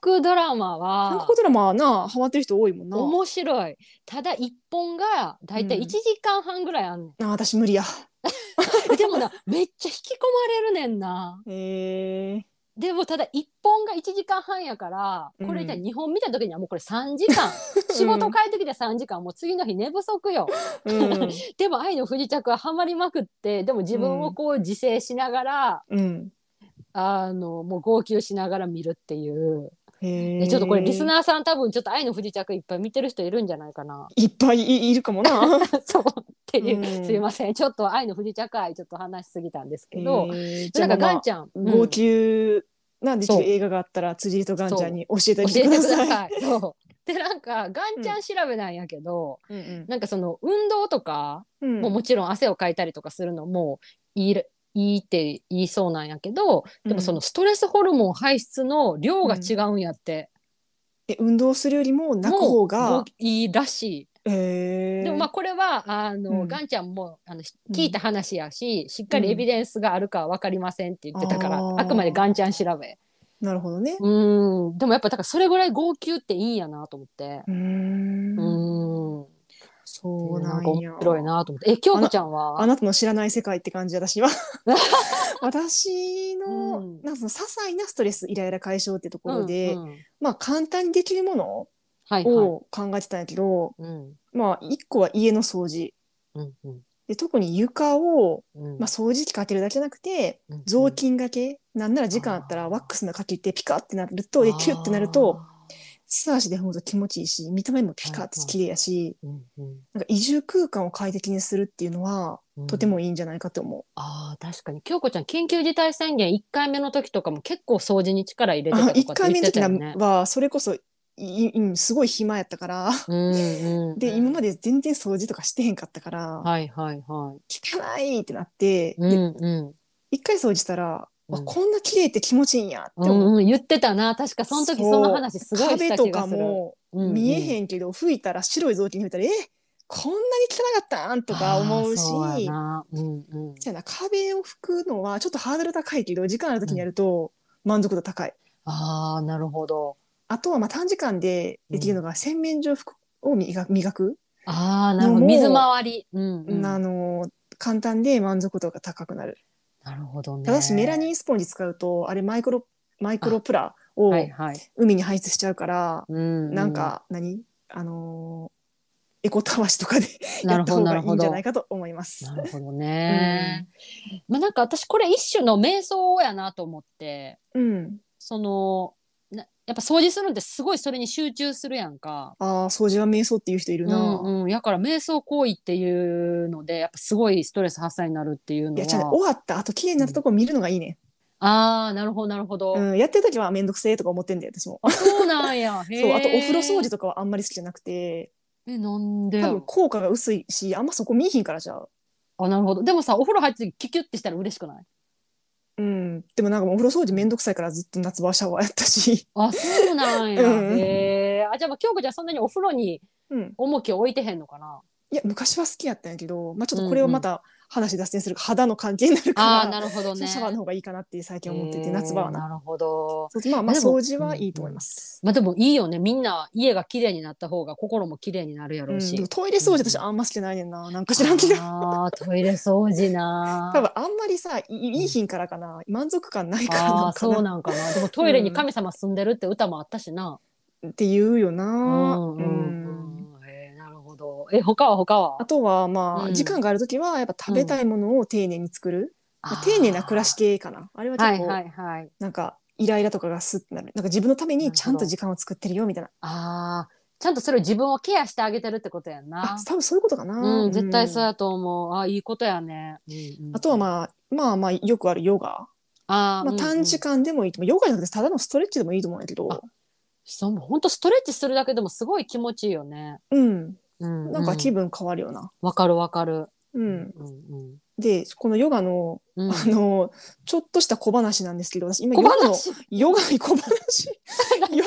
Speaker 1: 国ドラマ
Speaker 2: あー
Speaker 1: は
Speaker 2: 韓国ドラマはなハマってる人多いもんな。
Speaker 1: 面白いただ一本がだいた
Speaker 2: う
Speaker 1: い
Speaker 2: ん
Speaker 1: 1時間半ぐらいあんねん、
Speaker 2: あー、私無理や。
Speaker 1: えでもな めっちゃ引き込まれるねんな
Speaker 2: へえ。
Speaker 1: でもただ一本が1時間半やからこれじゃ
Speaker 2: うん
Speaker 1: 2本見た時にはもうこれ3時 間、仕事帰ってきて3時間もう次の日寝不足よ
Speaker 2: うん。
Speaker 1: でも愛の不時着はハマりまくってでも自分をこう自制しながら、
Speaker 2: うん。
Speaker 1: あのもう号泣しながら見るっていう、
Speaker 2: へ
Speaker 1: で
Speaker 2: え。
Speaker 1: ちょっとこれリス
Speaker 2: ー。
Speaker 1: ナーさん多分ちょっと愛の不時着いっぱい見てる人いるんじゃないかない
Speaker 2: っぱいいいるかもな。
Speaker 1: そうって いう、
Speaker 2: うん
Speaker 1: すいませんちょっと愛の不時着愛ちょっと話しすぎたんですけど、
Speaker 2: へーじ
Speaker 1: な
Speaker 2: ゃ
Speaker 1: ん
Speaker 2: あ
Speaker 1: か
Speaker 2: ま
Speaker 1: ガン
Speaker 2: あ
Speaker 1: ちゃん、うん
Speaker 2: 号泣なんでき
Speaker 1: そう
Speaker 2: る映画があったら辻井とガンちゃんに教えてあ
Speaker 1: 教
Speaker 2: げ
Speaker 1: えて
Speaker 2: て
Speaker 1: く
Speaker 2: く
Speaker 1: だ
Speaker 2: ださい。
Speaker 1: さい。そうでなんかガンちゃん調べなんやけど、
Speaker 2: うん
Speaker 1: なんかその運動とか、
Speaker 2: うん
Speaker 1: もうもちろん汗をかいたりとかするのもいいらいいって言いそうなんやけどでもそのストレスホルモン排出の量が違うんやって、
Speaker 2: え運動するよりも泣く
Speaker 1: もう
Speaker 2: 方が
Speaker 1: もういいらしい。
Speaker 2: へえ。
Speaker 1: でもまあこれはあの、
Speaker 2: うん
Speaker 1: ガンちゃんもあのし
Speaker 2: うん
Speaker 1: 聞いた話やし、しっかりエビデンスがあるかは分かりませんって言ってたから、
Speaker 2: あ
Speaker 1: あ
Speaker 2: ー
Speaker 1: くまでガンちゃん調べ
Speaker 2: なるほどね。
Speaker 1: うんでもやっぱだからそれぐらい号泣っていいんやなと思って
Speaker 2: うーん
Speaker 1: うん
Speaker 2: そ
Speaker 1: なんか面白いなと思ってえ京子ちゃんは
Speaker 2: あなたの知らない世界って感じ 私は私の,、
Speaker 1: うん
Speaker 2: なんかその些細なストレスイライラ解消ってところで、
Speaker 1: うんうん
Speaker 2: まあ簡単にできるもの
Speaker 1: はいはい
Speaker 2: を考えてたんやけど、
Speaker 1: うん
Speaker 2: まあ一個は家の掃除
Speaker 1: うんうん
Speaker 2: で特に床を、
Speaker 1: うん
Speaker 2: まあ、掃除機かけるだけじゃなくて
Speaker 1: うん
Speaker 2: 雑巾がけ、なんなら時間あったら
Speaker 1: あー
Speaker 2: ワックスのかけてピカってなるとでキュッてなると
Speaker 1: あ
Speaker 2: 素足で踏むと気持ちいいし見た目もピカって綺麗やし、
Speaker 1: ーうんうん
Speaker 2: なんか移住空間を快適にするっていうのは
Speaker 1: うん
Speaker 2: とてもいいんじゃないかと思う。
Speaker 1: あー確かに京子ちゃん緊急事態宣言1回目の時とかも結構掃除に力入れて
Speaker 2: あ
Speaker 1: たと
Speaker 2: 1
Speaker 1: かっ
Speaker 2: 回
Speaker 1: て
Speaker 2: 目
Speaker 1: 言っ
Speaker 2: の
Speaker 1: て
Speaker 2: 時
Speaker 1: たよね。
Speaker 2: はそれこそいうん、すごい暇やったから。
Speaker 1: うんうんうん、
Speaker 2: で、今まで全然掃除とかしてへんかったから、
Speaker 1: はいはいはい。
Speaker 2: 汚いってなって、
Speaker 1: うん
Speaker 2: で、
Speaker 1: う
Speaker 2: 一回掃除したら、
Speaker 1: うん
Speaker 2: わこんな綺麗って気持ちいいんやって
Speaker 1: ん。うん
Speaker 2: 思う。
Speaker 1: うん、言ってたな。確かその時
Speaker 2: そう
Speaker 1: その話すごいし
Speaker 2: 壁
Speaker 1: た
Speaker 2: と
Speaker 1: 気
Speaker 2: か
Speaker 1: がする。
Speaker 2: も
Speaker 1: うんうん
Speaker 2: 見えへんけど、吹いたら白い雑巾に吹いたら、えこんなに汚かったんとか思う
Speaker 1: あー
Speaker 2: し、
Speaker 1: そうやなうんうん、
Speaker 2: そうやな壁を拭くのはちょっとハードル高いけど時間ある時にやると満足度高い、
Speaker 1: あーなるほど。
Speaker 2: あとはまあ短時間でできるのが洗面所服を磨く磨く、
Speaker 1: ああなるほど
Speaker 2: のも
Speaker 1: 水回り。うんうん、な
Speaker 2: あの簡単で満足度が高くなる
Speaker 1: るほどね。
Speaker 2: ただしメラニンスポンジ使うとあれマイクロマイクロプラを
Speaker 1: はいはい。
Speaker 2: 海に排出しちゃうから、
Speaker 1: うん、
Speaker 2: なんか何あのーエコたわしとかで
Speaker 1: うん、な
Speaker 2: や
Speaker 1: る
Speaker 2: った
Speaker 1: ほど
Speaker 2: 方
Speaker 1: な
Speaker 2: がい
Speaker 1: る
Speaker 2: い
Speaker 1: ほ
Speaker 2: んじゃ
Speaker 1: ど
Speaker 2: ない。かと思います。
Speaker 1: なるほどね。まあなんか私これ一種の瞑想やなと思って、
Speaker 2: うん、
Speaker 1: そのなやっぱ掃除するのってすごいそれに集中するやんか。
Speaker 2: ああ掃除は瞑想っていう人いる
Speaker 1: う
Speaker 2: な。
Speaker 1: んうん、やから瞑想行為っていうのでやっぱすごいストレス発散になるっていう
Speaker 2: い
Speaker 1: の
Speaker 2: やじゃあね
Speaker 1: は
Speaker 2: 終わった後綺麗になったとこ見るのがいいね。
Speaker 1: ああなるほどなるほど、
Speaker 2: うん、やってる時は面倒くせえとか思ってんだよ私も。
Speaker 1: あそうなんやへー
Speaker 2: そうあとお風呂掃除とかはあんまり好きじゃなくて
Speaker 1: えなんで
Speaker 2: 多
Speaker 1: やろ
Speaker 2: 分効果が薄いしあんまそこ見えひんからじゃう、
Speaker 1: あなるほどでもさお風呂入ってキュキュってしたら嬉しくない
Speaker 2: うん、でもなんかもうお風呂掃除面倒くさいからずっと夏場はシャワーやったし、
Speaker 1: あそうなんや、
Speaker 2: うん
Speaker 1: へえあじゃあまあ京子ちゃんそんなにお風呂に
Speaker 2: うん、
Speaker 1: 重きを置いてへんのかな
Speaker 2: や昔は好きやったんやけど、まあ、ちょっとこれをまた話脱線するか肌の関係になる
Speaker 1: あ
Speaker 2: から
Speaker 1: あーなるほどね
Speaker 2: シャワーの方がいいかなって最近思って
Speaker 1: へ
Speaker 2: て
Speaker 1: ー
Speaker 2: 夏場はな
Speaker 1: なるほど
Speaker 2: そうまあまあ
Speaker 1: でも
Speaker 2: 掃除はいいと思います、
Speaker 1: まあでもいいよねみんな家が綺麗になった方が心も綺麗になるや
Speaker 2: う
Speaker 1: ろ
Speaker 2: ん
Speaker 1: うし、
Speaker 2: でもトイレ掃除私あんま好きじゃないねんななんか知らんけど
Speaker 1: あートイレ掃除な
Speaker 2: 多分あんまりさいいい品からかな満足感ないから
Speaker 1: あ
Speaker 2: な
Speaker 1: あ
Speaker 2: ん
Speaker 1: ー
Speaker 2: か
Speaker 1: そう
Speaker 2: な
Speaker 1: なんかなでもトイレに神様住んでるって歌もあったしな、
Speaker 2: って言うよな
Speaker 1: うんうんう
Speaker 2: うん
Speaker 1: んへーなるほどえ他は他は
Speaker 2: あとはま
Speaker 1: う
Speaker 2: あ
Speaker 1: ん
Speaker 2: 時間があるときはやっぱ食べたいものを丁寧に作る、まあ丁寧な暮らし系かなあれは
Speaker 1: は
Speaker 2: 結
Speaker 1: いは
Speaker 2: 構
Speaker 1: いはい
Speaker 2: なんかイライラとかがスッてなるなんか自分のためにちゃんと時間を作ってるよみたいな
Speaker 1: ああちゃんとそれを自分をケアしてあげてるってことやんな
Speaker 2: あ多分そういうことかな、
Speaker 1: うん絶対そう
Speaker 2: うん
Speaker 1: やと思うあいいことやね、うんうん
Speaker 2: あとはまあまあまあよくあるヨガ、
Speaker 1: あー
Speaker 2: まあ、短時間でもいいと思う、ヨガじゃなくてただのストレッチでもいいと思うんだけど
Speaker 1: あそうほんとストレッチするだけでもすごい気持ちいいよね。
Speaker 2: うん
Speaker 1: うんうん
Speaker 2: なんか気分変わるよな、
Speaker 1: わかるわかる。
Speaker 2: うん
Speaker 1: うん
Speaker 2: でこのヨガの、
Speaker 1: うんうん
Speaker 2: あのちょっとした小話なんですけど私今
Speaker 1: 小
Speaker 2: ヨガの
Speaker 1: 話
Speaker 2: ヨガに小 話ヨ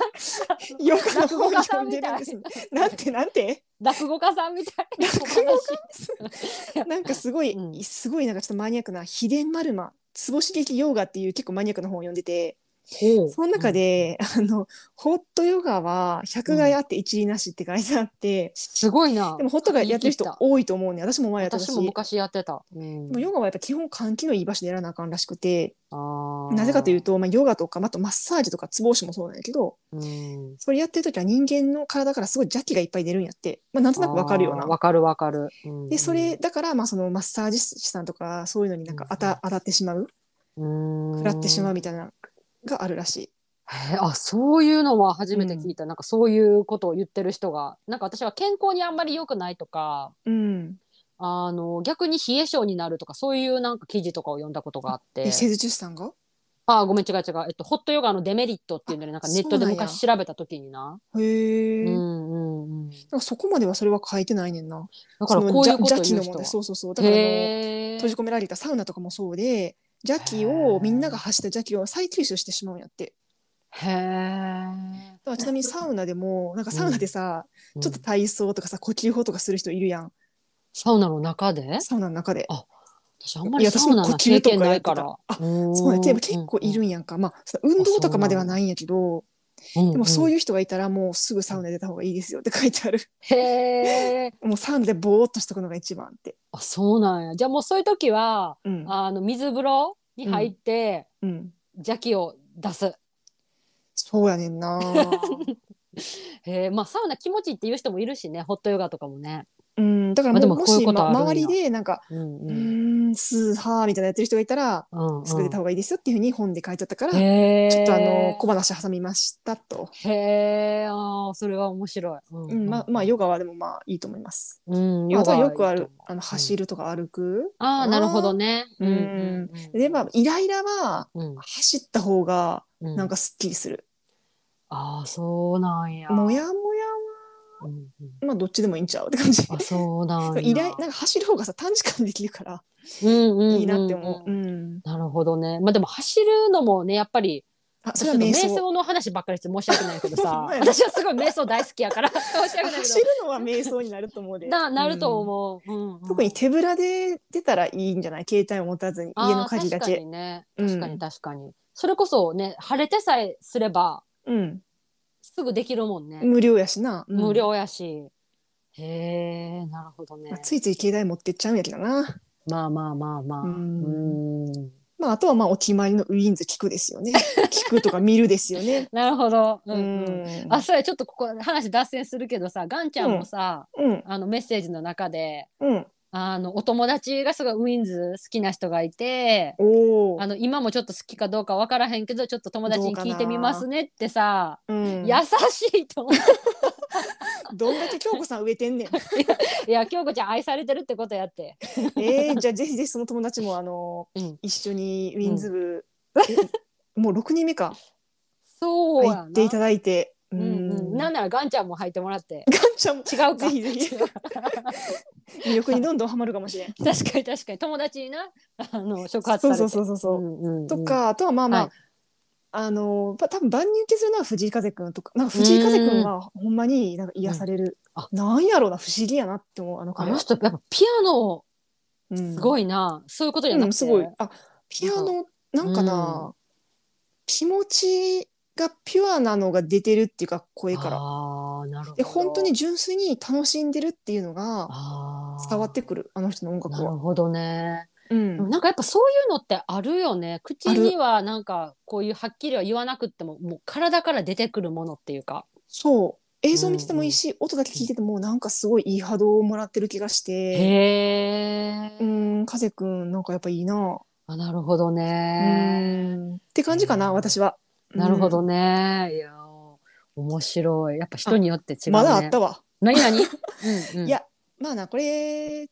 Speaker 2: ガヨガの
Speaker 1: 落語
Speaker 2: 本
Speaker 1: 家さ
Speaker 2: 読
Speaker 1: ん
Speaker 2: ん
Speaker 1: み
Speaker 2: でる
Speaker 1: た
Speaker 2: ん
Speaker 1: い
Speaker 2: ですなんてなんて
Speaker 1: 落語家さんみたいな小話
Speaker 2: なんかすごい、
Speaker 1: うん
Speaker 2: すごいなんかちょっとマニアックな「秘伝マルマつぼ刺激ヨガ」っていう結構マニアックな本を読んでてその中、
Speaker 1: うん
Speaker 2: で、あのホットヨガは百害あって一理なしって書いてあって、
Speaker 1: すごいな
Speaker 2: でもホットがやってる人多いと思うね私も前やってたし
Speaker 1: 私も昔やってた、うん
Speaker 2: でもヨガはやっぱ基本換気のいい場所でやらなあかんらしくて
Speaker 1: あー
Speaker 2: なぜかというと、まあ、ヨガとかあとマッサージとかツボ押しもそうなんやけど
Speaker 1: うん
Speaker 2: それやってる時は人間の体からすごい邪気がいっぱい出るんやって、まあ、なんとなくわかるよう
Speaker 1: あ
Speaker 2: な
Speaker 1: ーわかるわかる、うん
Speaker 2: でそれだからまあそのマッサージ師さんとかそういうのになんか当
Speaker 1: うんう
Speaker 2: た
Speaker 1: ん
Speaker 2: 当たってしまう
Speaker 1: うん
Speaker 2: 食らってしまうみたいなのがあるらしい。
Speaker 1: へーあそういうのは初めて聞いた、なんかそういうことを言ってる人がなんか私は健康にあんまり良くないとか
Speaker 2: うん、
Speaker 1: あの逆に冷え性になるとかそういうなんか記事とかを読んだことがあって
Speaker 2: え施術師さんが
Speaker 1: あごめん違う違う、えっと、ホットヨガのデメリットっていうのでなんかネットで
Speaker 2: そうなんや
Speaker 1: 昔調べた時になう
Speaker 2: へ
Speaker 1: ん
Speaker 2: え、なん
Speaker 1: うんうん
Speaker 2: かそこまではそれは書いてないねんな。
Speaker 1: だから
Speaker 2: その
Speaker 1: こういうこと
Speaker 2: 邪邪気
Speaker 1: 言う
Speaker 2: の
Speaker 1: 人
Speaker 2: 問
Speaker 1: は
Speaker 2: 題そうそうそうだからあの
Speaker 1: へ
Speaker 2: 閉じ
Speaker 1: ー
Speaker 2: 込められたサウナとかもそうで邪気をみんなが発した邪気を再吸収してしまうんやって。
Speaker 1: へー
Speaker 2: だからちなみにサウナでもなんかサウナでさ、
Speaker 1: うん
Speaker 2: ちょっと体操とかさ呼吸法とかする人いるやん
Speaker 1: サウナの中で
Speaker 2: サウナの中で。
Speaker 1: 私あんま
Speaker 2: い
Speaker 1: り
Speaker 2: や
Speaker 1: サ
Speaker 2: 私
Speaker 1: ウ
Speaker 2: も
Speaker 1: ナの
Speaker 2: 呼
Speaker 1: 経
Speaker 2: 吸とか
Speaker 1: 験ないか
Speaker 2: や
Speaker 1: ら
Speaker 2: ってたあ
Speaker 1: そう
Speaker 2: そうね、でも結構いるんやんか、まあ、その運動とかまではないんやけど、でもそう
Speaker 1: い
Speaker 2: いう人がいたらもうすぐサウナ出た方がいいですよって書いてあ
Speaker 1: う
Speaker 2: る
Speaker 1: んへー
Speaker 2: もうサウナでぼーっとしとくのが一番って、
Speaker 1: あそうなんやじゃあもうそういう時は
Speaker 2: うん
Speaker 1: あの水風呂に入って
Speaker 2: うん、
Speaker 1: 邪気を出す、
Speaker 2: そうやねんな
Speaker 1: へーまあサウナ気持ちいいっていう人もいるしねホットヨガとかもね、
Speaker 2: うんだから
Speaker 1: まあで
Speaker 2: もう
Speaker 1: も
Speaker 2: も
Speaker 1: こういう
Speaker 2: し、
Speaker 1: こと
Speaker 2: ま
Speaker 1: あるんや
Speaker 2: 周りでなんか
Speaker 1: うん
Speaker 2: 「うーんスーハー」みたいなやってる人がいたら
Speaker 1: うん
Speaker 2: すぐ出た方がいいですよっていうふうに本で書いてあったから、
Speaker 1: へー
Speaker 2: ちょっとあの小話挟みましたと、
Speaker 1: へえあーそれは面白い、うん
Speaker 2: うんまあまあヨガはでもまあいいと思います
Speaker 1: うん
Speaker 2: あとはよくあ
Speaker 1: ヨガはいいと
Speaker 2: る
Speaker 1: 思う
Speaker 2: あの走るとか歩く、
Speaker 1: うんああなるほどね
Speaker 2: うん
Speaker 1: うん
Speaker 2: でまあイライラは
Speaker 1: うん
Speaker 2: 走った方が
Speaker 1: うん
Speaker 2: なんかすっきりする、
Speaker 1: ああそうなんや。
Speaker 2: もやもやは、
Speaker 1: うんうん
Speaker 2: まあ、どっちでもいいんちゃうって感じ。
Speaker 1: あそう なんや。
Speaker 2: イライなんか走る方がさ短時間できるから
Speaker 1: うんうんうんうん
Speaker 2: いいなって思う。うん
Speaker 1: なるほどね。まあでも走るのもねやっぱり
Speaker 2: あそ
Speaker 1: ちょ
Speaker 2: れは
Speaker 1: っと
Speaker 2: 瞑
Speaker 1: 瞑
Speaker 2: 想
Speaker 1: 想の話ばっかりして申し訳ないけど
Speaker 2: ほん
Speaker 1: さ
Speaker 2: まやな
Speaker 1: 私はすごい瞑想大好きやから 申し訳ないけ
Speaker 2: 走るのは瞑想になると思うで。
Speaker 1: ど ななると
Speaker 2: うん
Speaker 1: 思う。うんうん
Speaker 2: 特に手ぶらで出たらいいんじゃない携帯を持たずに
Speaker 1: あー
Speaker 2: 家の家事だ
Speaker 1: 確か
Speaker 2: け。
Speaker 1: にね
Speaker 2: うん
Speaker 1: 確かに確かに、それこそね晴れてさえすれば
Speaker 2: うん、
Speaker 1: すぐできるもんね、
Speaker 2: 無料やしな。うん
Speaker 1: 無、料やしへえなるほどね
Speaker 2: まあついつい携帯持ってっちゃうんやけどな。
Speaker 1: まあまあまあまあ
Speaker 2: う
Speaker 1: うんん
Speaker 2: まあ、あとはまあお決まりのウィンズ聞くです よね。聞くとか見るですよね。
Speaker 1: なるほど、う
Speaker 2: うん
Speaker 1: うん
Speaker 2: ん。
Speaker 1: あそうやちょっとここ話脱線するけどさガンちゃんもさ、
Speaker 2: うん。
Speaker 1: あのメッセージの中で
Speaker 2: うん。
Speaker 1: あのお友達がすごいウィンズ好きな人がいて
Speaker 2: おお
Speaker 1: あ。の今もちょっと好きかどうかわからへんけどちょっと友達に聞いてみますねってさ、
Speaker 2: うん。
Speaker 1: 優しいと思う
Speaker 2: どんだけ京子さん植えてんねん。
Speaker 1: いや京子ちゃん愛されてるってことやって
Speaker 2: えー、じゃあぜひぜひその友達もあの、
Speaker 1: うん
Speaker 2: 一緒にウィンズ部、えもう6人目か
Speaker 1: そうや
Speaker 2: 入
Speaker 1: な
Speaker 2: っていただいて。う
Speaker 1: うんうん、なん
Speaker 2: ん
Speaker 1: ならガンちゃんも入ってもら って
Speaker 2: ガン ちゃんも
Speaker 1: 違うか
Speaker 2: ぜひぜひ
Speaker 1: 違う
Speaker 2: 魅力にどんどんハマるかもしれん。
Speaker 1: 確かに確かに友達になあの触発さ
Speaker 2: そ
Speaker 1: れ
Speaker 2: う
Speaker 1: て
Speaker 2: そうそうそうそう。
Speaker 1: うんうんうん
Speaker 2: とか、あとはまあまあ、
Speaker 1: はい
Speaker 2: あのー多分万人受けするのは藤井風くんとかなんか藤井風くんはほんまになんか癒される、
Speaker 1: うんあ
Speaker 2: なんやろうな不思議やなって思うあの
Speaker 1: あ
Speaker 2: 彼
Speaker 1: の
Speaker 2: は、
Speaker 1: 人やっぱピアノ
Speaker 2: うん、
Speaker 1: すご
Speaker 2: い、
Speaker 1: いな、そういうことじゃなく
Speaker 2: う
Speaker 1: て、
Speaker 2: ん、すごいあピアノなんかな、気持ちがピュアなのが出てるっていうか声から
Speaker 1: ああなるほど
Speaker 2: で本当に純粋に楽しんでるっていうのが
Speaker 1: あー
Speaker 2: 伝わってくるあの人の音楽
Speaker 1: なる
Speaker 2: は、
Speaker 1: ほどね、
Speaker 2: うん、
Speaker 1: なんかやっぱそういうのってあるよね口にはなんかこういうはっきりは言わなくってももう体から出てくるものっていうか
Speaker 2: そう映像見ててもいいし、音だけ聞いててもなんかすごいいい波動をもらってる気がして。
Speaker 1: へえ、
Speaker 2: うーん、かぜくん、なんかやっぱいいな。
Speaker 1: あなるほど
Speaker 2: う
Speaker 1: ね、
Speaker 2: ーん。って感じかな、
Speaker 1: うん
Speaker 2: 私は。
Speaker 1: なるほ
Speaker 2: うん。
Speaker 1: どねいやー面白いやっぱ人によって違う、ね、
Speaker 2: まだあったわ。
Speaker 1: 何 何、うんうん、
Speaker 2: いや、まあな、これ、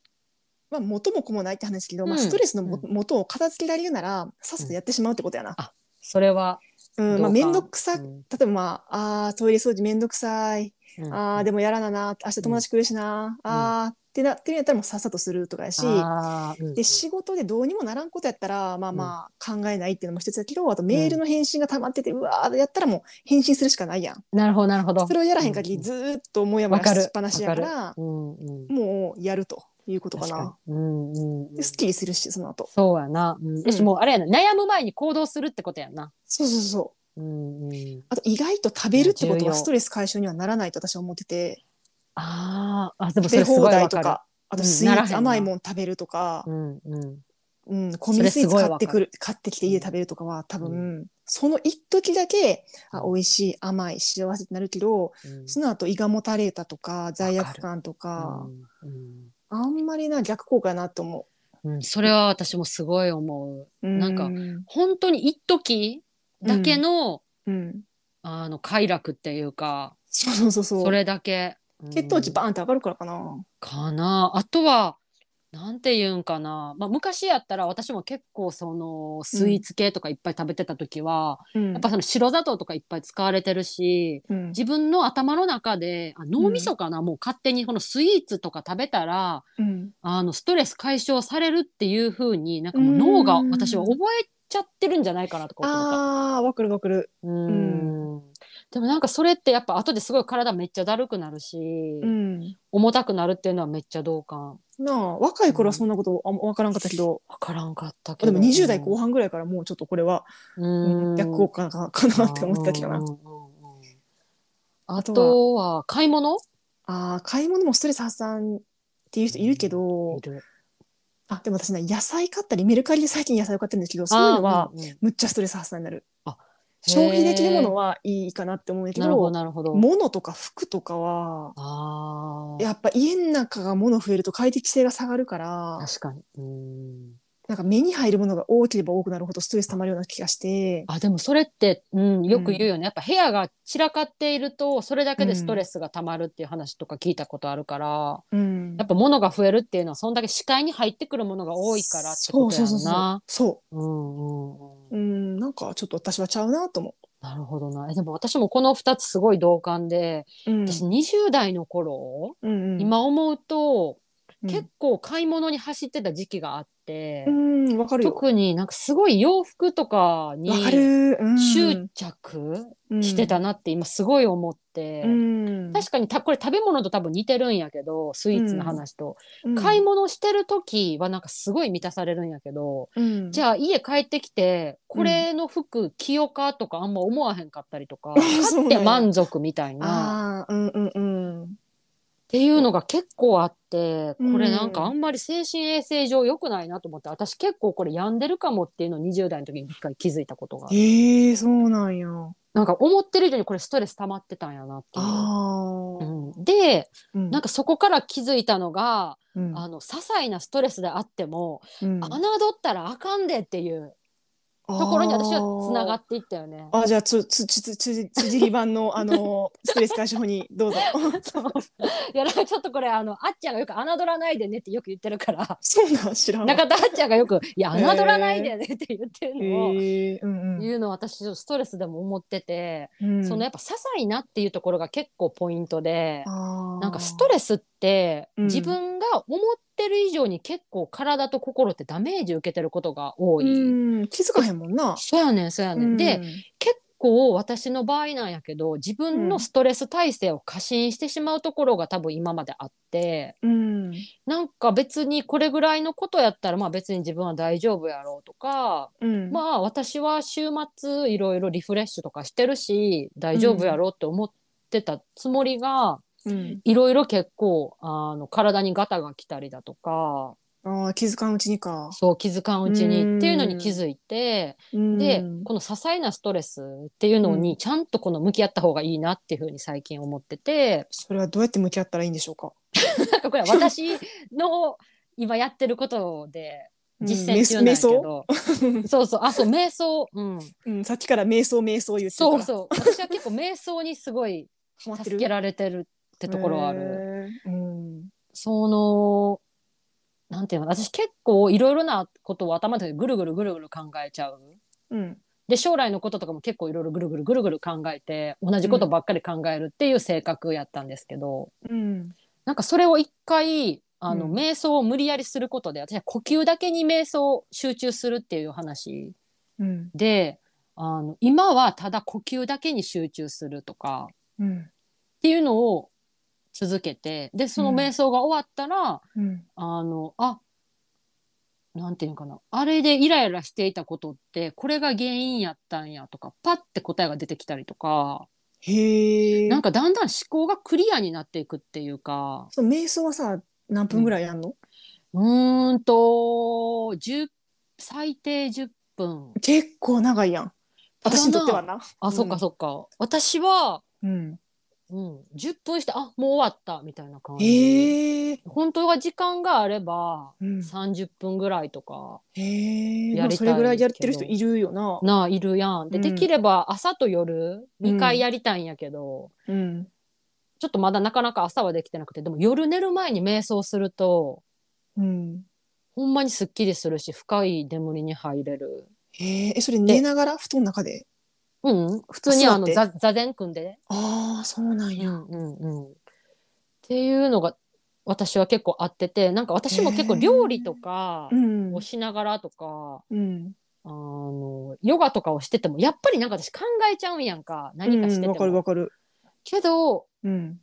Speaker 2: まあ元も子もないって話だけど、まあ
Speaker 1: うん
Speaker 2: ストレスのも
Speaker 1: う
Speaker 2: 元を片付けられるなら、さっさとやってしまうってことやな。
Speaker 1: それは、
Speaker 2: うん、
Speaker 1: 同
Speaker 2: まあ
Speaker 1: 感
Speaker 2: めんどくさ、
Speaker 1: う
Speaker 2: 例
Speaker 1: ん
Speaker 2: えばまあ、あートイレ掃除めんどくさい。
Speaker 1: うん
Speaker 2: あーでもやらなな、明日友達来るしな。あーってなってるんやったらもうさっさとするとかやし。
Speaker 1: あーうん
Speaker 2: で仕事でどうにもならんことやったらまあまあ考えないっていうのも一つだけどあとメールの返信が溜まってて、うわーやったらもう返信するしかないやん
Speaker 1: なるほどなるほど
Speaker 2: それをやらへん限りずーっともやもや
Speaker 1: わかる
Speaker 2: しっぱなしやから
Speaker 1: うんうん
Speaker 2: もうやるということか
Speaker 1: 確
Speaker 2: な
Speaker 1: かにうんうんうん
Speaker 2: でスッキリするしその後
Speaker 1: そうやな、うん、よし
Speaker 2: うん
Speaker 1: もうあれやな悩む前に行動するってことやんな
Speaker 2: そうそうそう
Speaker 1: うんうん
Speaker 2: あと意外と食べるってこと
Speaker 1: 重要
Speaker 2: はストレス解消にはならないと私は思ってて
Speaker 1: あーあでもそ
Speaker 2: 食べ
Speaker 1: れす
Speaker 2: 放
Speaker 1: ごい
Speaker 2: 題
Speaker 1: わ
Speaker 2: と
Speaker 1: かる
Speaker 2: かあと
Speaker 1: うん
Speaker 2: スイ
Speaker 1: な
Speaker 2: ー
Speaker 1: らへん
Speaker 2: ツ、
Speaker 1: な
Speaker 2: 甘いもん食べるとか
Speaker 1: う、んうん
Speaker 2: うん、コンビニスイーツ
Speaker 1: それすごい
Speaker 2: 買
Speaker 1: わか
Speaker 2: っ
Speaker 1: る
Speaker 2: てくる買ってきて家で食べるとかは多分、その一時だけあ美味しい甘い幸せってなるけど
Speaker 1: うん
Speaker 2: その後胃がもたれたとか罪悪感とか
Speaker 1: うん
Speaker 2: あんまりな逆効果やなと思
Speaker 1: うんうんそれは私もすごい思う
Speaker 2: う。
Speaker 1: なんか
Speaker 2: うん
Speaker 1: 本当に一時だけの、
Speaker 2: うん、
Speaker 1: あの快楽っていうか
Speaker 2: そうそうそうそう
Speaker 1: それだけ
Speaker 2: 血糖値バ
Speaker 1: ン
Speaker 2: ーンって上がるからかな。
Speaker 1: かなあとはなんて言うんかな、まあ、昔やったら私も結構そのスイーツ系とかいっぱい食べてた時は、
Speaker 2: うん
Speaker 1: やっぱその白砂糖とかいっぱい使われてるし
Speaker 2: うん
Speaker 1: 自分の頭の中であ脳みそかな、もう勝手にこのスイーツとか食べたら
Speaker 2: うん
Speaker 1: あのストレス解消されるっていう風になんかもう脳が
Speaker 2: うん
Speaker 1: 私は覚えちゃってるんじゃないかなとか思った。
Speaker 2: あーわかるわかる。
Speaker 1: うーんでもなんかそれってやっぱ後ですごい体めっちゃだるくなるし、
Speaker 2: うん、
Speaker 1: 重たくなるっていうのはめっちゃ同感
Speaker 2: なあ若い頃はそんなことあんわからんかったけど、
Speaker 1: 分からんかった
Speaker 2: あ
Speaker 1: け
Speaker 2: で
Speaker 1: ど
Speaker 2: も20代後半ぐらいからもうちょっとこれは
Speaker 1: 半
Speaker 2: 逆効果かかなって思ってたけどな。
Speaker 1: あ
Speaker 2: あとは
Speaker 1: とは買い物
Speaker 2: あー買い物もストレス発散っていう人いるけど、
Speaker 1: いる
Speaker 2: あでも私ね野菜買ったりメルカリで最近野菜を買ってるんですけどそういうのは
Speaker 1: あーうんうん
Speaker 2: むっちゃストレス発散になる。
Speaker 1: あ
Speaker 2: 消費できるものはいいかなって思うんだけ
Speaker 1: なるほど
Speaker 2: ど
Speaker 1: なるほど
Speaker 2: 物とか服とかは
Speaker 1: ああ
Speaker 2: やっぱ家の中が物増えると快適性が下がるから
Speaker 1: 確かにうーん
Speaker 2: なんか目に入るものが多ければ多くなるほどストレス溜まるような気がして
Speaker 1: あでもそれって、うん、よく言うよね、やっぱ部屋が散らかっているとそれだけでストレスがたまるっていう話とか聞いたことあるから、
Speaker 2: うん
Speaker 1: やっぱ物が増えるっていうのはそんだけ視界に入ってくるものが多いからってことや
Speaker 2: そうそ
Speaker 1: ん
Speaker 2: うそうそう
Speaker 1: な。
Speaker 2: そ
Speaker 1: うんうんうん
Speaker 2: ううんなんかちょっと私はちゃうなと思
Speaker 1: なるほどな。えでも私もこの2つすごい同感で、
Speaker 2: うん
Speaker 1: 私20代の頃、
Speaker 2: うんうん、
Speaker 1: 今思うと、
Speaker 2: うん
Speaker 1: 結構買い物に走ってた時期があって、
Speaker 2: うん、わかるよ。
Speaker 1: 特になんかすごい洋服とかに
Speaker 2: わかる。うん
Speaker 1: 執着してたなって今すごい思って、
Speaker 2: うん、
Speaker 1: 確かにたこれ食べ物と多分似てるんやけどスイーツの話と、
Speaker 2: うん
Speaker 1: 買い物してる時はなんかすごい満たされるんやけど、
Speaker 2: うん
Speaker 1: じゃあ家帰ってきてこれの服着ようかとかあんま思わへんかったりとか、
Speaker 2: そ
Speaker 1: 買っ
Speaker 2: うなん
Speaker 1: て
Speaker 2: や
Speaker 1: 満足みたいなっ
Speaker 2: ああ、うんうんうん。
Speaker 1: ていうのが結構あって
Speaker 2: うん
Speaker 1: これなんかあんまり精神衛生上良くないなと思って私結構これ病んでるかもっていうのを20代の時に一回気づいたことが
Speaker 2: ええそうなんや。
Speaker 1: なんか思ってる以上にこれストレス溜まってたんやなっていう。
Speaker 2: ああ、
Speaker 1: うんで
Speaker 2: うん
Speaker 1: なんかそこから気づいたのが、
Speaker 2: うん
Speaker 1: あの些細なストレスであっても、
Speaker 2: うん
Speaker 1: 侮ったらあかんでっていうところに私はつなが
Speaker 2: っ
Speaker 1: っていったよね。
Speaker 2: あーあじゃあつつつつつ辻り版のあのストレス解消法にどうぞ
Speaker 1: そういやなんかちょっとこれあのあっちゃんがよく侮らないでねってよく言ってるから
Speaker 2: そうなん知らんわ
Speaker 1: 中田あっちゃんがよ く「いや侮らないでね」って言って
Speaker 2: え
Speaker 1: るのを、
Speaker 2: ーうんうん
Speaker 1: 言うのを私ちょっとストレスでも思ってて、
Speaker 2: うん
Speaker 1: そのやっぱ些細なっていうところが結構ポイントで。
Speaker 2: あー
Speaker 1: なんかストレスって
Speaker 2: うん
Speaker 1: 自分が思ってる以上に結構体と心ってダメージ受けてることが多い。
Speaker 2: うん気づかへんもんな、
Speaker 1: そうやねんそうやねん。で結構私の場合なんやけど自分のストレス耐性を過信してしまうところが多分今まであって
Speaker 2: うん
Speaker 1: なんか別にこれぐらいのことやったらまあ別に自分は大丈夫やろうとか、
Speaker 2: うん
Speaker 1: まあ私は週末いろいろリフレッシュとかしてるし大丈夫やろうって思ってたつもりが
Speaker 2: うん、
Speaker 1: いろいろ結構あの体にガタが来たりだとか
Speaker 2: あー気づかんうちにか、
Speaker 1: そう気づかんうちにっていうの
Speaker 2: う
Speaker 1: に
Speaker 2: ん
Speaker 1: 気づいて。
Speaker 2: うん
Speaker 1: で、この些細なストレスっていうの
Speaker 2: う
Speaker 1: にちゃんとこの向き合った方がいいなっていうふうに最近思ってて、
Speaker 2: それはどうやって向き合ったらいいんでしょうか
Speaker 1: なんかこれは私の今やってることで実践中な
Speaker 2: う
Speaker 1: んん
Speaker 2: 瞑
Speaker 1: やけ
Speaker 2: 想、
Speaker 1: ど、 そうそうあそう瞑想、 うん、
Speaker 2: うん、さっきから瞑想瞑想言ってる
Speaker 1: そ
Speaker 2: か
Speaker 1: う
Speaker 2: ら
Speaker 1: そう私は結構瞑想にすごい
Speaker 2: ハマって
Speaker 1: 助
Speaker 2: る
Speaker 1: けられてるってところはある。
Speaker 2: へーうん
Speaker 1: そのなんていうの私結構いろいろなことを頭でぐるぐるぐるぐる考えちゃう。
Speaker 2: うん
Speaker 1: で将来のこととかも結構いろいろぐるぐるぐるぐる考えて同じことばっかり考えるっていう性格やったんですけど、
Speaker 2: うん
Speaker 1: なんかそれを一回あの、
Speaker 2: うん
Speaker 1: 瞑想を無理やりすることで私は呼吸だけに瞑想を集中するっていう話
Speaker 2: うん
Speaker 1: であの今はただ呼吸だけに集中するとか
Speaker 2: うん
Speaker 1: っていうのを続けてでその瞑想が終わったら、
Speaker 2: うん
Speaker 1: あのあなんていうのかなあれでイライラしていたことってこれが原因やったんやとかパッて答えが出てきたりとか
Speaker 2: へえ
Speaker 1: なんかだんだん思考がクリアになっていくっていうか
Speaker 2: そう瞑想はさ何分ぐらいやんの、
Speaker 1: うーんと10最低10分
Speaker 2: 結構長いやん私にとっては
Speaker 1: な
Speaker 2: な
Speaker 1: あ、
Speaker 2: うん
Speaker 1: そっかそっか私は、
Speaker 2: うん
Speaker 1: うん、10分してあもう終わったみたいな感じ
Speaker 2: へえ
Speaker 1: 本当は時間があれば
Speaker 2: うん
Speaker 1: 30分ぐらいとか
Speaker 2: へえ
Speaker 1: やりたい
Speaker 2: まあそれぐらいやってる人いるよな
Speaker 1: なあいるやんで、
Speaker 2: うん
Speaker 1: できれば朝と夜
Speaker 2: うん
Speaker 1: 2回やりたいんやけど、
Speaker 2: うん
Speaker 1: ちょっとまだなかなか朝はできてなくてでも夜寝る前に瞑想すると
Speaker 2: うん
Speaker 1: ほんまにすっきりするし深い眠りに入れる
Speaker 2: へええそれ寝ながら布団の中で
Speaker 1: うん普通にあの
Speaker 2: 座
Speaker 1: 座座禅組んでね
Speaker 2: ああそうなん
Speaker 1: う
Speaker 2: や、
Speaker 1: んうんうん、っていうのが私は結構合っててなんか私も結構料理とか
Speaker 2: うん
Speaker 1: をしながらとか、
Speaker 2: うん
Speaker 1: あのヨガとかをしててもやっぱりなんか私考えちゃうんやんか何かしてても、
Speaker 2: うんわかるわかる
Speaker 1: けど
Speaker 2: うん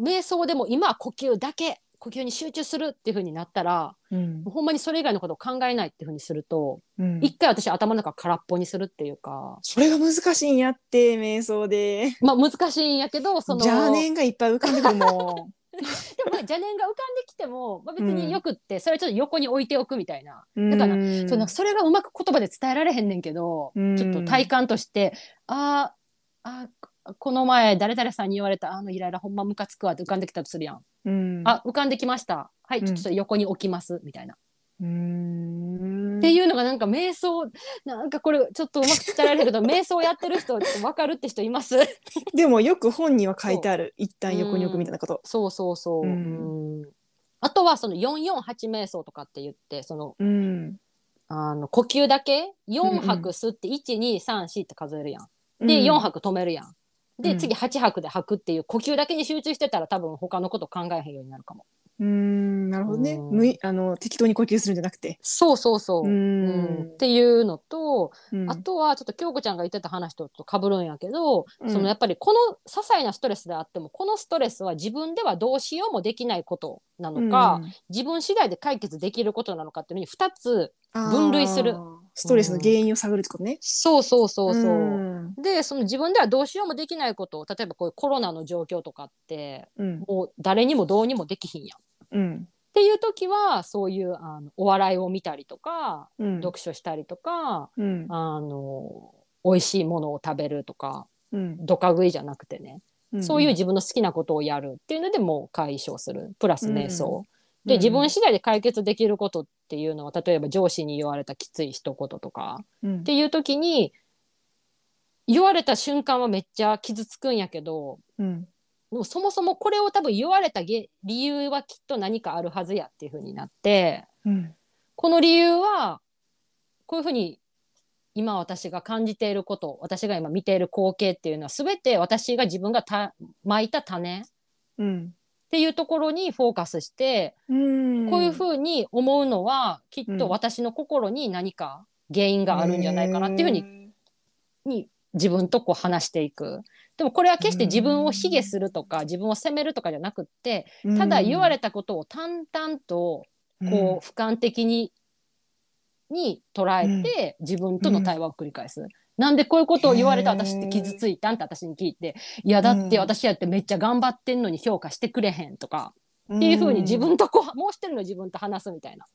Speaker 1: 瞑想でも今は呼吸だけ呼吸に集中するっていう風になったら
Speaker 2: うん
Speaker 1: ほんまにそれ以外のことを考えないっていう風にすると、
Speaker 2: うん
Speaker 1: 一回私頭の中空っぽにするっていうか、
Speaker 2: それが難しいんやって瞑想で
Speaker 1: まあ、難しいんやけどその
Speaker 2: 邪念がいっぱい浮かんでくるも
Speaker 1: でもまあ邪念が浮かんできても、まあ、別によくって、それはちょっと横に置いておくみたいな。
Speaker 2: ん
Speaker 1: だから
Speaker 2: うん
Speaker 1: そうなんかそれがうまく言葉で伝えられへんねんけど、
Speaker 2: うん
Speaker 1: ちょっと体感としてあーあーこの前誰々さんに言われたあのイライラほんまムカつくわって浮かんできたとするやん、
Speaker 2: うん
Speaker 1: あ浮かんできましたはい
Speaker 2: うん
Speaker 1: ちょっとそれ横に置きますみたいな、
Speaker 2: うーん
Speaker 1: っていうのがなんか瞑想なんかこれちょっとうまく伝えられるけ ど瞑想やってる人ちょっと分かるって人います
Speaker 2: でもよく本には書いてある一旦横に置くみたいなこと。
Speaker 1: そうそうそう、
Speaker 2: うん
Speaker 1: うんあとはその448瞑想とかって言ってその
Speaker 2: うん、
Speaker 1: あの呼吸だけ
Speaker 2: んうん
Speaker 1: 4拍吸って1234って数えるやんで
Speaker 2: うん
Speaker 1: 4拍止めるやん。
Speaker 2: う
Speaker 1: で
Speaker 2: ん
Speaker 1: 次8拍で吐くっていう呼吸だけに集中してたら多分他のこと考えへんようになるかも。
Speaker 2: うーんなるほどね
Speaker 1: うん
Speaker 2: むいあの適当に呼吸するんじゃなくて
Speaker 1: そうそうそう。
Speaker 2: うー
Speaker 1: うん
Speaker 2: ん
Speaker 1: っていうのと、
Speaker 2: うん
Speaker 1: あとはちょっと京子ちゃんが言ってた話とかぶるんやけど、
Speaker 2: うん
Speaker 1: そのやっぱりこの些細なストレスであってもこのストレスは自分ではどうしようもできないことなのか、自分次第で解決できることなのかっていうのに2つ
Speaker 2: うん
Speaker 1: 分類する
Speaker 2: あーストレスの原因を探るってことね
Speaker 1: そうそうそうそう。
Speaker 2: ん
Speaker 1: でその自分ではどうしようもできないこと例えばこういうコロナの状況とかって
Speaker 2: うん
Speaker 1: もう誰にもどうにもできひんやん。っ
Speaker 2: うん
Speaker 1: ていう時はそういうあのお笑いを見たりとか
Speaker 2: うん
Speaker 1: 読書したりとか、
Speaker 2: うん
Speaker 1: あの美味しいものを食べるとか
Speaker 2: うん
Speaker 1: ドカ食いじゃなくてね、
Speaker 2: うん
Speaker 1: そういう自分の好きなことをやるっていうのでもう解消するプラス瞑想。
Speaker 2: うん
Speaker 1: で自分次第で解決できることっていうのは例えば上司に言われたきつい一言とか、
Speaker 2: うん
Speaker 1: っていう時に言われた瞬間はめっちゃ傷つくんやけど
Speaker 2: うん
Speaker 1: でもそもそもこれを多分言われたげ理由はきっと何かあるはずやっていう風になって
Speaker 2: うん
Speaker 1: この理由はこういう風に今私が感じていること私が今見ている光景っていうのは全て私が自分がたまいた種っ
Speaker 2: うん
Speaker 1: ていうところにフォーカスして
Speaker 2: うん
Speaker 1: こういうふうに思うのはきっと私の心に何か原因があるんじゃないかなっていうふうに
Speaker 2: に
Speaker 1: に自分とこう話していくでもこれは決して自分を卑下するとか自分を責めるとかじゃなくってただ言われたことを淡々とこう俯瞰的にに捉えて自分との対話を繰り返す。なんでこういうことを言われた私って傷ついたんって私に聞いて「いやだって私やってめっちゃ頑張ってんのに評価してくれへん」とか
Speaker 2: っ
Speaker 1: っていうふうに自分とこうもう一人の自分と話すみたいな。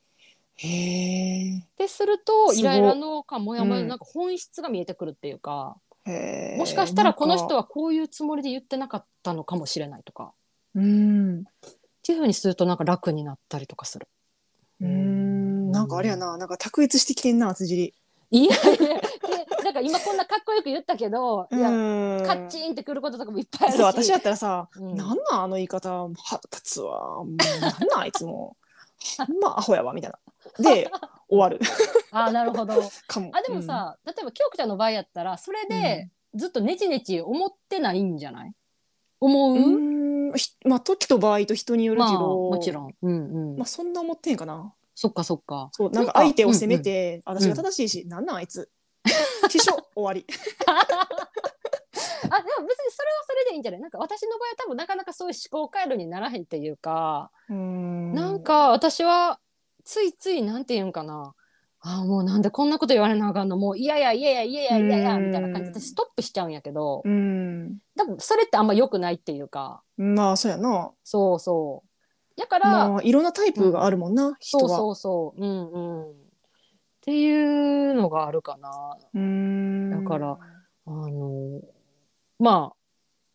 Speaker 2: へー
Speaker 1: でする
Speaker 2: すご
Speaker 1: と
Speaker 2: い
Speaker 1: イライラのかモヤモヤ
Speaker 2: うん
Speaker 1: のなんか本質が見えてくるっていうか、
Speaker 2: へー
Speaker 1: もしかしたらこの
Speaker 2: なん
Speaker 1: 人
Speaker 2: か
Speaker 1: はこういうつもりで言ってなかったのかもしれないとか
Speaker 2: う
Speaker 1: っ
Speaker 2: ん
Speaker 1: ていうふうにするとなんか楽になったりとかする。
Speaker 2: うーんなんかあれやな、なんか卓越してきてんな、辻り。
Speaker 1: いやいやでなんか今こんなかっこよく言ったけど、いや
Speaker 2: うん
Speaker 1: カッチンってくることとかもいっぱいあるし
Speaker 2: そう、私だったらさ、
Speaker 1: うん
Speaker 2: なんなんあの言い方、腹立つ わ、もうなんなんあいつも。ほんまアホやわみたいな。で、終わる。
Speaker 1: あーなるほど
Speaker 2: かも。
Speaker 1: あでもさ、例えば京子ちゃんの場合やったらそれでずっとネチネチ思ってないんじゃない思
Speaker 2: う
Speaker 1: う、
Speaker 2: ん、うーん、ひまあ、時と場合と人による
Speaker 1: ま
Speaker 2: け
Speaker 1: あ
Speaker 2: ど、
Speaker 1: もちろん、うんうん
Speaker 2: まあ、そんな思ってんかな。
Speaker 1: そっかそっか
Speaker 2: そう、なん
Speaker 1: な
Speaker 2: か
Speaker 1: んか
Speaker 2: 相手を責めて、私が正しいし、なんなんあ いつ。化粧終わり。
Speaker 1: あでも別にそれはそれでいいんじゃないなんか私の場合は多分なかなかそういう思考回路にならへんっていうか、なん、か私はついついなんて言うんかなあーもうなんでこんなこと言われなあかんのもういやいやいやいやいやいやいや
Speaker 2: うん
Speaker 1: みたいな感じでストップしちゃうんやけど
Speaker 2: うん、
Speaker 1: 多分それってあんま良くないっていうか
Speaker 2: まあ、そうやな。
Speaker 1: そうそうだから、
Speaker 2: まあ、いろんなタイプがあるもんな、人
Speaker 1: そう
Speaker 2: は。
Speaker 1: そうそううんうんっていうのがあるかな
Speaker 2: うーん
Speaker 1: だからあのま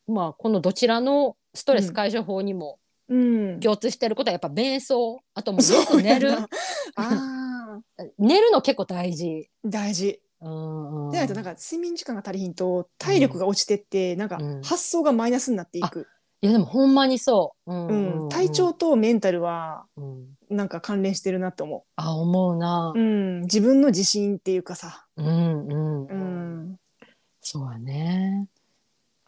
Speaker 1: あまあこのどちらのストレス解消法にも
Speaker 2: うん。
Speaker 1: 共通してることはやっぱ瞑想あともう
Speaker 2: そう
Speaker 1: よく寝る
Speaker 2: や なああ、
Speaker 1: 寝るの結構大事。
Speaker 2: 大事。
Speaker 1: うんうん
Speaker 2: でないとなんか睡眠時間が足りひんと体力が落ちてって、なんか
Speaker 1: うん
Speaker 2: 発想がマイナスになっていく。
Speaker 1: いやでもほんまにそう。うん
Speaker 2: う
Speaker 1: うん
Speaker 2: ん
Speaker 1: うん
Speaker 2: 体調、とメンタルは
Speaker 1: うん
Speaker 2: なんか関連してるなって思
Speaker 1: あ思うな
Speaker 2: う。う。ん。自分の自信っていうかさ。
Speaker 1: うんうん。
Speaker 2: うん。
Speaker 1: そうやね。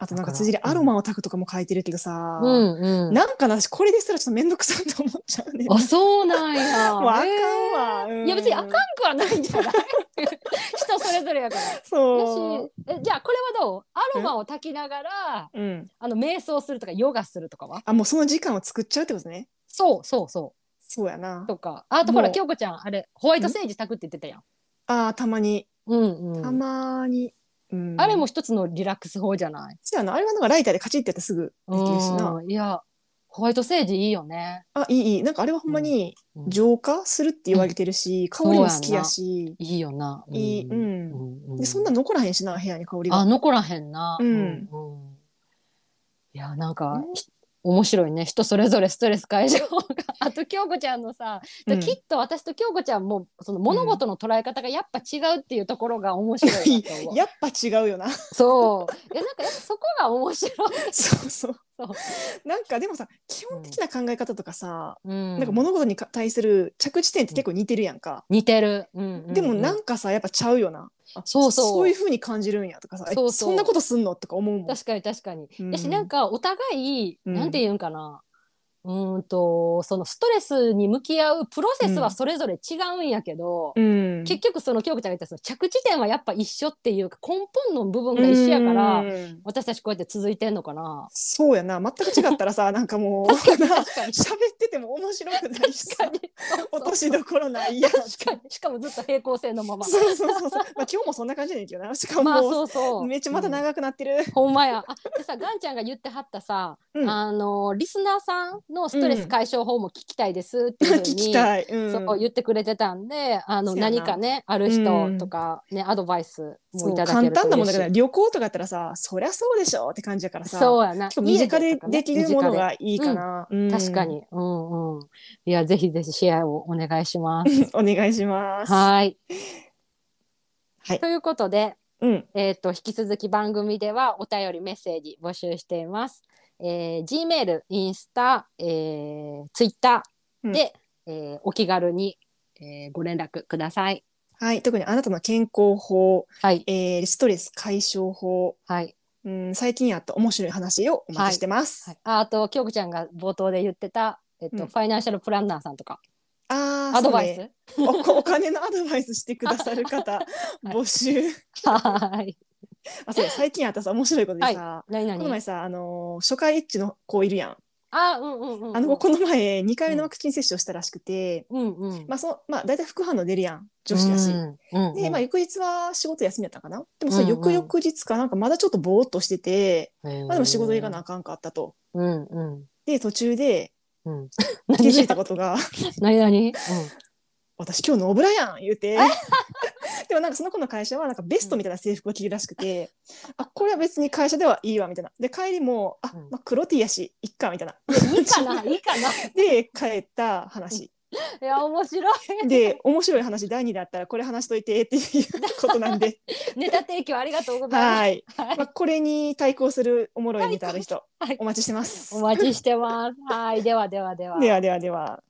Speaker 2: あとなんか
Speaker 1: だから
Speaker 2: 辻りアロマを炊くとかも書いてるけどさ。
Speaker 1: うんうん。
Speaker 2: なんかな私これですらちょっと面倒くさいと思っちゃうね。
Speaker 1: あそうなんや。
Speaker 2: もうあか
Speaker 1: え
Speaker 2: んわ。
Speaker 1: ー
Speaker 2: うん
Speaker 1: いや別にあかんくはないんじゃない 人それぞれやから。
Speaker 2: そ
Speaker 1: よ
Speaker 2: う
Speaker 1: し。えじゃあこれはどうアロマを炊きながら
Speaker 2: うん。
Speaker 1: あの瞑想するとかヨガするとかは
Speaker 2: あもうその時間を作っちゃうってことね。
Speaker 1: そうそうそ
Speaker 2: そうやな
Speaker 1: う。とかあとほ
Speaker 2: も
Speaker 1: ら
Speaker 2: う
Speaker 1: 京子ちゃんあれホワイトセージ炊くって言ってたやん。
Speaker 2: ああたまに
Speaker 1: うんうん
Speaker 2: たまに、うん
Speaker 1: あれも一つのリラックス法じゃない。
Speaker 2: そうやなあれはなんかライターでカチッってやってすぐできるしな
Speaker 1: うんいや、ホワイトセージいいよね。
Speaker 2: あいいいいなんかあれはほんまに
Speaker 1: うん
Speaker 2: 浄化するって言われてるし、香りも好きやし
Speaker 1: いいよな。
Speaker 2: いいうん
Speaker 1: う
Speaker 2: でそんな残らへんしな部屋に香り
Speaker 1: あ、
Speaker 2: が
Speaker 1: 残らへんな。
Speaker 2: うん
Speaker 1: うんうんいや、なんか
Speaker 2: うん、
Speaker 1: ひ面白いね。人それぞれストレス解消が。あと、京子ちゃんのさ、
Speaker 2: うん
Speaker 1: きっと私と京子ちゃんも、その物事の捉え方がやっぱ違うっていうところが面白 いなと思う。
Speaker 2: やっぱ違うよな
Speaker 1: そう。いや、なんかやっぱそこが面白い。
Speaker 2: そうそう
Speaker 1: そう。
Speaker 2: なんかでもさ基本的な考え方とかさ、
Speaker 1: うん
Speaker 2: なんか物事にか対する着地点って結構似てるやんか、
Speaker 1: 似てる。うんうんうん
Speaker 2: でもなんかさやっぱちゃうよなあ
Speaker 1: そうそう
Speaker 2: そういうふうに感じるんやとかさえ
Speaker 1: そうそうん
Speaker 2: なことすんのとか思うもん
Speaker 1: 確かに確かに。
Speaker 2: うん
Speaker 1: やしなんかお互い、
Speaker 2: うん
Speaker 1: なんて言うんかなうーんとそのストレスに向き合うプロセスはそれぞれ違うんやけど、
Speaker 2: うん
Speaker 1: 結局その京子ちゃんが言ったその着地点はやっぱ一緒っていうか根本の部分が一緒やから、
Speaker 2: うん
Speaker 1: 私たちこうやって続いてんのかな。
Speaker 2: そうやな全く違った らさなんかもう
Speaker 1: 確かに
Speaker 2: な
Speaker 1: 確か に
Speaker 2: 喋ってても面白くないし
Speaker 1: 確か
Speaker 2: さ
Speaker 1: に
Speaker 2: 落としどころないやん
Speaker 1: 確かにしかもずっと平行性のまま。
Speaker 2: そうそうそうそう、まあ、今日もそんな感じやねんけどなしかも、
Speaker 1: まあそうそう。
Speaker 2: めっちゃまた
Speaker 1: うん
Speaker 2: 長くなってる、
Speaker 1: ほんまや。あでさガンちゃんが言ってはったさ、
Speaker 2: うん
Speaker 1: あのリスナーさんのストレス解消法も聞きたいですっていうふうに
Speaker 2: 聞きたい、うん、
Speaker 1: そう言ってくれてたんで、あの
Speaker 2: そうやな
Speaker 1: 何かねある人とかね、アドバイスも
Speaker 2: そ
Speaker 1: いうただけ
Speaker 2: 簡
Speaker 1: ると
Speaker 2: 単なも
Speaker 1: 嬉
Speaker 2: のだ
Speaker 1: し
Speaker 2: から
Speaker 1: い。
Speaker 2: 旅行とかやったらさそりゃそうでしょって感じやからさ
Speaker 1: そうやな。
Speaker 2: 結構身近で
Speaker 1: 家
Speaker 2: できるもの
Speaker 1: 身
Speaker 2: がいいかな、うん
Speaker 1: 近で確かに、うんうん。いやぜひぜひシェアをお願いします。
Speaker 2: お願いします
Speaker 1: はい。
Speaker 2: はい
Speaker 1: ということで、
Speaker 2: うん
Speaker 1: えっ、と、引き続き番組ではお便りメッセージ募集しています。えー、Gmail、インスタ、えー、Twitter で、えーお気軽に、えー、ご連絡ください。
Speaker 2: はい特にあなたの健康法、
Speaker 1: はい。
Speaker 2: えー、ストレス解消法
Speaker 1: はい。
Speaker 2: うん最近あった面白い話をお待ちしてます、
Speaker 1: はい、ああと、京子ちゃんが冒頭で言ってた、えっ、と、
Speaker 2: うん
Speaker 1: ファイナンシャルプランナーさんとか、
Speaker 2: あー
Speaker 1: アドバイス、
Speaker 2: そうねおお 金のアドバイスしてくださ る方募集
Speaker 1: はい。
Speaker 2: あそう最近あったさ面白いことでさ、
Speaker 1: 何
Speaker 2: この前
Speaker 1: 々
Speaker 2: さ、あのー初回エッチの子いるやん。
Speaker 1: あ、うんうんうんうん。
Speaker 2: あの子、この前、2回目のワクチン接種をしたらしくて、
Speaker 1: うんうん。
Speaker 2: まあ、そまあ、大体副反応出るやん、女子やし。
Speaker 1: うんうんうん、
Speaker 2: で、まあ、翌日は仕事休みやったんかな。でも、その
Speaker 1: うんうん
Speaker 2: 翌々日かなんか、まだちょっとぼーっとしてて、まあ、でも仕事行かなあ
Speaker 1: い。
Speaker 2: かんかったと。
Speaker 1: うんうん。
Speaker 2: で、途中で
Speaker 1: うん、
Speaker 2: 気づいたこ とが、
Speaker 1: 何何、
Speaker 2: 私今日ノーブラやん言うて。 でもなんかその子の会社はなんかベストみたいな制服を着るらしくて、あこれは別に会社ではいいわみたいなで帰りもあ、
Speaker 1: うん
Speaker 2: まあ、黒 T やしいっかみたいな
Speaker 1: うん、いいかないいか ない
Speaker 2: で帰った話
Speaker 1: や面白い
Speaker 2: で面白い話第2だったらこれ話しとい てっていうことなんで
Speaker 1: ネタ提供ありがとうござ
Speaker 2: はいい、
Speaker 1: ますはい
Speaker 2: まあ、これに対抗するおもろいネタある人、
Speaker 1: はい
Speaker 2: お待ちしてます
Speaker 1: お待ちしてますはいではではでは
Speaker 2: ではではでは